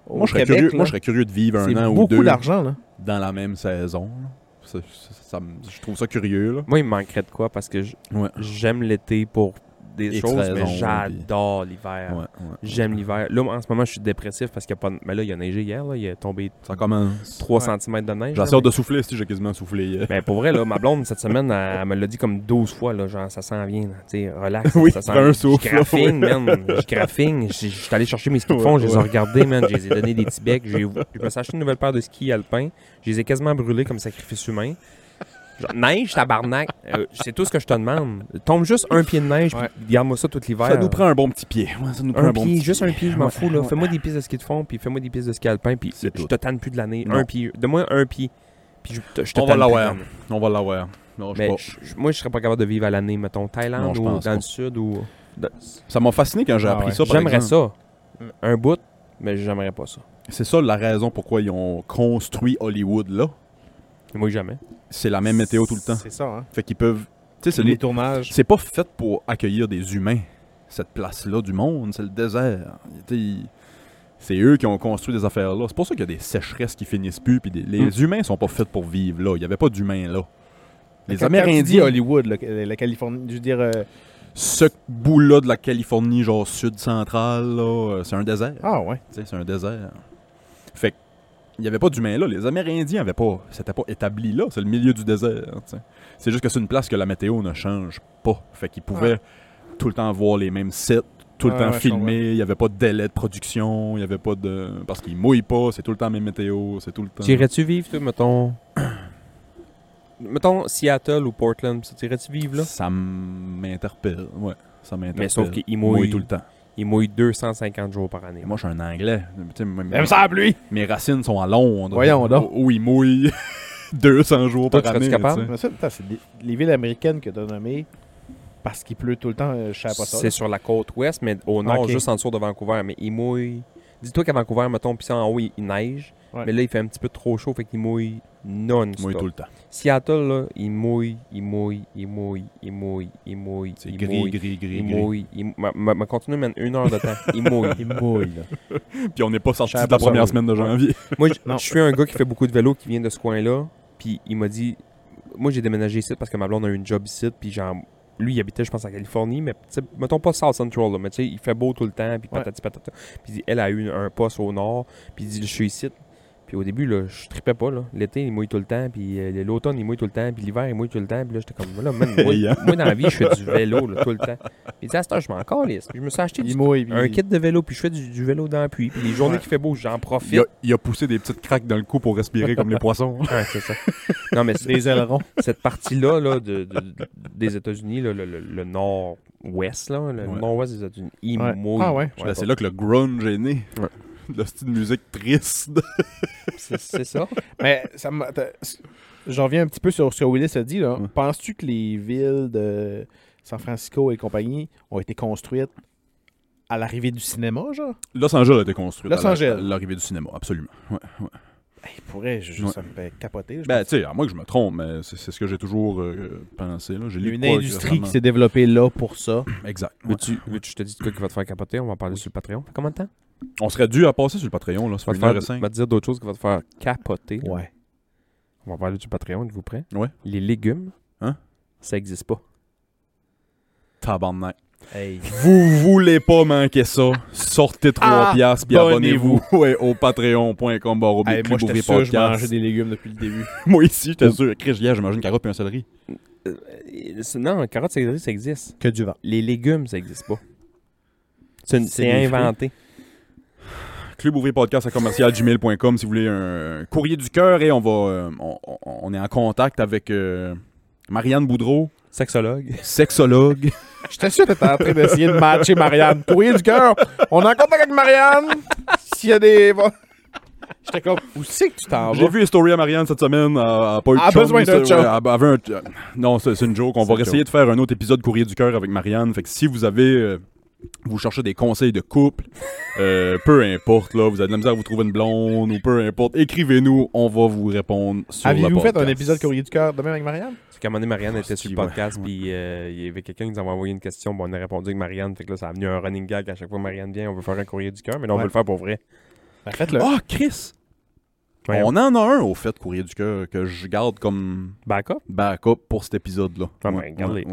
au
Moi, je serais
Québec,
curieux,
là.
moi, je serais curieux de vivre un
C'est
an ou
beaucoup
deux
d'argent, là.
dans la même saison. là. Ça- ça- ça me- je trouve ça curieux. Là.
Moi, il me manquerait de quoi parce que je-
Ouais.
j'aime l'été pour des
X
choses,
raisons,
mais j'adore l'hiver.
Ouais, ouais.
J'aime l'hiver. Là, en ce moment, je suis dépressif parce qu'il n'y a pas de... Mais là, il a neigé hier, là. il est tombé
Ça commence.
3
Ouais.
cm de neige.
J'essaie
là,
de souffler, si j'ai quasiment soufflé. euh. hier.
mais... mais Ben, pour vrai, là, ma blonde, cette semaine, elle, elle me l'a dit comme 12 fois, là, genre, ça s'en vient, là, tu sais, relax,
Oui,
ça s'en
prends un souffle,
Je
là,
graffine, man, je graffine, je je suis allé chercher mes skis de fond,
Ouais,
je les ai
ouais.
regardés, man, je les ai donné des petits becs, j'ai- je me suis acheté une nouvelle paire de skis alpins, je les ai quasiment brûlés comme sacrifice humain. Genre, neige, tabarnak, euh, c'est tout ce que je te demande. Tombe juste un pied de neige,
Ouais.
puis garde-moi ça tout l'hiver.
Ça nous prend un bon petit pied. Ouais, ça nous prend
euh. Un,
un, bon
pied,
petit
juste un pied, je m'en
Ouais,
fous. là.
ouais.
Fais-moi des pistes de ski de fond, puis fais-moi des pistes de ski alpin, puis
C'est
je
tout.
te tanne plus de l'année.
Non.
Un pied. Donne-moi un pied, puis je te, je te
On va
tanne plus de
l'avoir.
l'année.
On va l'avoir. Non, je sais
Mais
pas.
je- je- moi, je serais pas capable de vivre à l'année, mettons,
Non,
Thaïlande
je
ou dans
pense pas.
le sud. ou
Ça m'a fasciné quand j'ai
Ah
appris
ouais.
ça. par
J'aimerais
exemple.
ça. Un bout, mais j'aimerais pas ça.
C'est ça la raison pourquoi ils ont construit Hollywood là.
Moi, jamais.
C'est la même météo tout le temps.
C'est ça, hein.
Fait qu'ils peuvent. Tu sais, c'est
les
le-
tournages.
c'est pas fait pour accueillir des humains, cette place-là du monde. C'est le désert. Tu sais, ils- C'est eux qui ont construit des affaires là. C'est pour ça qu'il y a des sécheresses qui finissent plus. Puis des- les humains sont pas faits pour vivre là. Il y avait pas d'humains là. Les
Quand- quand tu dis
Amérindiens,
Hollywood, là, la, la Californie, je veux dire. euh,
ce bout-là de la Californie, genre sud-centrale, là, euh, c'est un désert.
Ah ouais.
Tu sais, c'est un désert. Fait que, il n'y avait pas d'humains là. Les Amérindiens avaient pas. C'était pas établi là. C'est le milieu du désert. tu sais. C'est juste que c'est une place que la météo ne change pas. Fait qu'ils pouvaient tout le temps voir les mêmes sets, tout le
Ouais,
temps
ouais, je
filmer. Il n'y avait pas de délai de production. Il n'y avait pas de. Parce qu'ils mouillent pas. C'est tout le temps la même météo. C'est tout le temps.
T'irais-tu vivre, toi, mettons. mettons Seattle ou Portland, pis ça, t'irais-tu vivre là?
Ça m'interpelle. Ouais. Ça m'interpelle.
Mais sauf qu'il
mouille
mouille,
tout le temps.
il mouille 250 jours par année.
Et moi, je suis un Anglais. Tu sais, mes-
ça, lui!
mes racines sont à Londres.
Voyons donc.
Où, où ils mouillent. 200 jours
Toi,
par
tu serais-tu
année.
capable?
tu sais.
Mais ça, putain, c'est des- les villes américaines que t'as nommées parce qu'il pleut tout le temps, euh, je sais pas ça.
C'est sur la côte ouest, mais au nord,
Ok.
juste en dessous de Vancouver. Mais il mouille. Dis-toi qu'à Vancouver, mettons, puis ça, en haut, il, il neige.
Ouais.
Mais là, il fait un petit peu trop chaud, fait qu'il mouille
Moi, tout
non-stop.
le temps.
Seattle, là, il mouille, il mouille, il mouille, il mouille, il mouille.
C'est
il
gris,
mouille,
gris, gris,
Il
gris.
mouille. Il m'a- m'a m'a continué, man, une heure de temps. Il mouille.
Il mouille, là.
Puis on n'est pas sorti
Je savais
de la
pas ça,
première
oui.
semaine de janvier.
Moi, je-
Non.
je suis un gars qui fait beaucoup de vélo, qui vient de ce coin-là. Puis il m'a dit, moi j'ai déménagé ici parce que ma blonde a eu une job ici. Puis genre, lui il habitait, je pense, en Californie, mais tu sais, mettons pas South Central, là, mais tu sais, il fait beau tout le temps. Puis
Ouais.
patati patata. Puis il dit, elle a eu un poste au nord. Puis il dit, je suis ici. Puis au début, là, je tripais pas. là. L'été, il mouille tout le temps. Puis euh, l'automne, il mouille tout le temps. Puis l'hiver, il mouille tout le temps. Puis là, j'étais comme, là, man, moi,
Ayant.
moi, dans la vie, je fais du vélo là, tout le temps. Puis il dit, à cette heure, je m'en calisse. Je me suis acheté du-
Il mouille.
un
puis-
kit de vélo. Puis je fais du, du vélo dans la pluie. Puis les journées
Ouais.
qui fait beau, j'en profite.
Il a, il a poussé des petites craques dans le cou pour respirer comme les poissons.
Ouais, c'est ça. Non, mais c-
Des ailerons.
cette partie-là là, de, de- de- des États-Unis, là, le, le- le nord-ouest, là, le
Ouais.
nord-ouest des États-Unis, il
Ouais.
mouille.
Ah ouais?
Ben, c'est là que le grunge est né.
Ouais.
Le style de musique triste.
C'est c'est ça.
Mais ça m'a- t'as- J'en reviens un petit peu sur ce que Willis a dit. là.
Ouais.
Penses-tu que les villes de San Francisco et compagnie ont été construites à l'arrivée du cinéma, genre?
Los Angeles a été construit.
Los
à la-
Angeles.
à L'arrivée du cinéma, absolument. Ouais.
Hey, pourrais, je,
Ouais.
ça me fait capoter. je
Ben,
pense.
tu sais, à moins que je me trompe, mais c'est c'est ce que j'ai toujours euh, pensé. Là. J'ai
Il y a
lu
une
quoi
industrie
récemment.
qui s'est développée là pour ça.
Exact. ouais.
Veux-tu veux que je te dise de quoi qui va te faire capoter On va en parler sur le Patreon. Fait Combien de temps
On serait dû à passer sur le Patreon, là.
Je
Ça
vais
fait
te
une heure et
faire-
cinq.
je vais te dire d'autres choses qui vont te faire capoter. là.
Ouais.
On va parler du Patreon, êtes-vous prêts
Ouais.
Les légumes,
Hein?
ça n'existe pas.
Tabarnak.
Hey.
Vous voulez pas manquer ça? Sortez 3
Ah,
piastres puis
abonnez-vous.
abonnez-vous ouais, au patreon.com. barre oblique
moi,
Club
j'étais
Ouvrier
sûr que je
Podcast.
mangeais des légumes depuis le début.
Moi ici,
Oh.
j'étais sûr. Chris, hier, j'ai mangé une carotte puis un céleri.
Euh, euh, c'est- non, carottes, ça existe, ça existe.
que du vent.
Les légumes, ça n'existe pas. C'est une-
C'est
C'est
des fruits.
inventé.
Club Ouvrier Podcast à commercial gmail.com si vous voulez un courrier du cœur et on va euh, on, on- on est en contact avec euh, Marianne Boudreau,
Sexologue.
sexologue.
J'étais sûr que t'étais en train d'essayer de matcher Marianne. Courrier du cœur, on est en contact avec Marianne. S'il y a des... bon. J'étais comme, où c'est que tu t'en vas?
J'ai vu une story à Marianne cette semaine, elle a pas eu de
Ah Elle a
chum,
besoin d'un
ça,
chum.
ouais, elle avait un- euh, non, c'est c'est une joke, on
C'est
va
une
essayer de faire un autre épisode courrier du cœur avec Marianne. Fait que si vous avez euh, vous cherchez des conseils de couple, euh, peu importe là, vous avez de la misère à vous trouver une blonde ou peu importe, écrivez-nous, on va vous répondre sur le
Avez-vous fait un
podcast.
épisode Courrier du cœur demain avec Marianne?
C'est qu'à un moment donné, Marianne
Oh,
était sur le
c'est-tu, ouais,
podcast, puis euh, il y avait quelqu'un qui nous avait envoyé une question, puis on a répondu avec Marianne, fait que là, ça a venu un running gag à chaque fois que Marianne vient, on veut faire un courrier du cœur, mais là, on
Ouais.
veut le faire pour vrai.
Ben, faites-le.
Ah, Chris,
Voyons.
On en a un au fait, Courrier du cœur, que je garde comme
Backup?
backup pour cet épisode-là.
Ah ben, garde-les.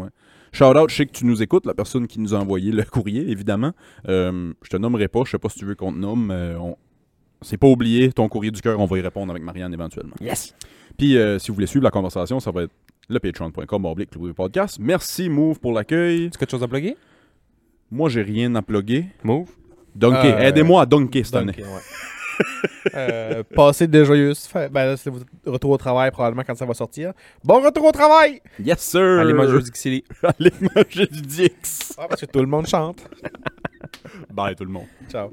Shout out, je sais que tu nous écoutes, la personne qui nous a envoyé le courrier, évidemment. Euh, je te nommerai pas, je sais pas si tu veux qu'on te nomme. euh, on... C'est pas oublié, ton courrier du cœur, on va y répondre avec Marianne éventuellement.
Yes!
Puis euh, si vous voulez suivre la conversation, ça va être le patreon.com oblique Club Ouvrier podcast. Merci Move pour l'accueil.
Tu as quelque chose à plugger?
Moi j'ai rien à plugger.
Move.
Dunker,
Euh,
aidez-moi à dunker cette
Donc,
année.
ouais. Euh, passez de joyeuses fêtes. Ben là, c'est votre retour au travail probablement quand ça va sortir. Bon retour au travail!
Yes sir.
Allez manger du Xili.
Allez manger du Dix.
Ah, parce que tout le monde chante.
Bye tout le monde.
Ciao.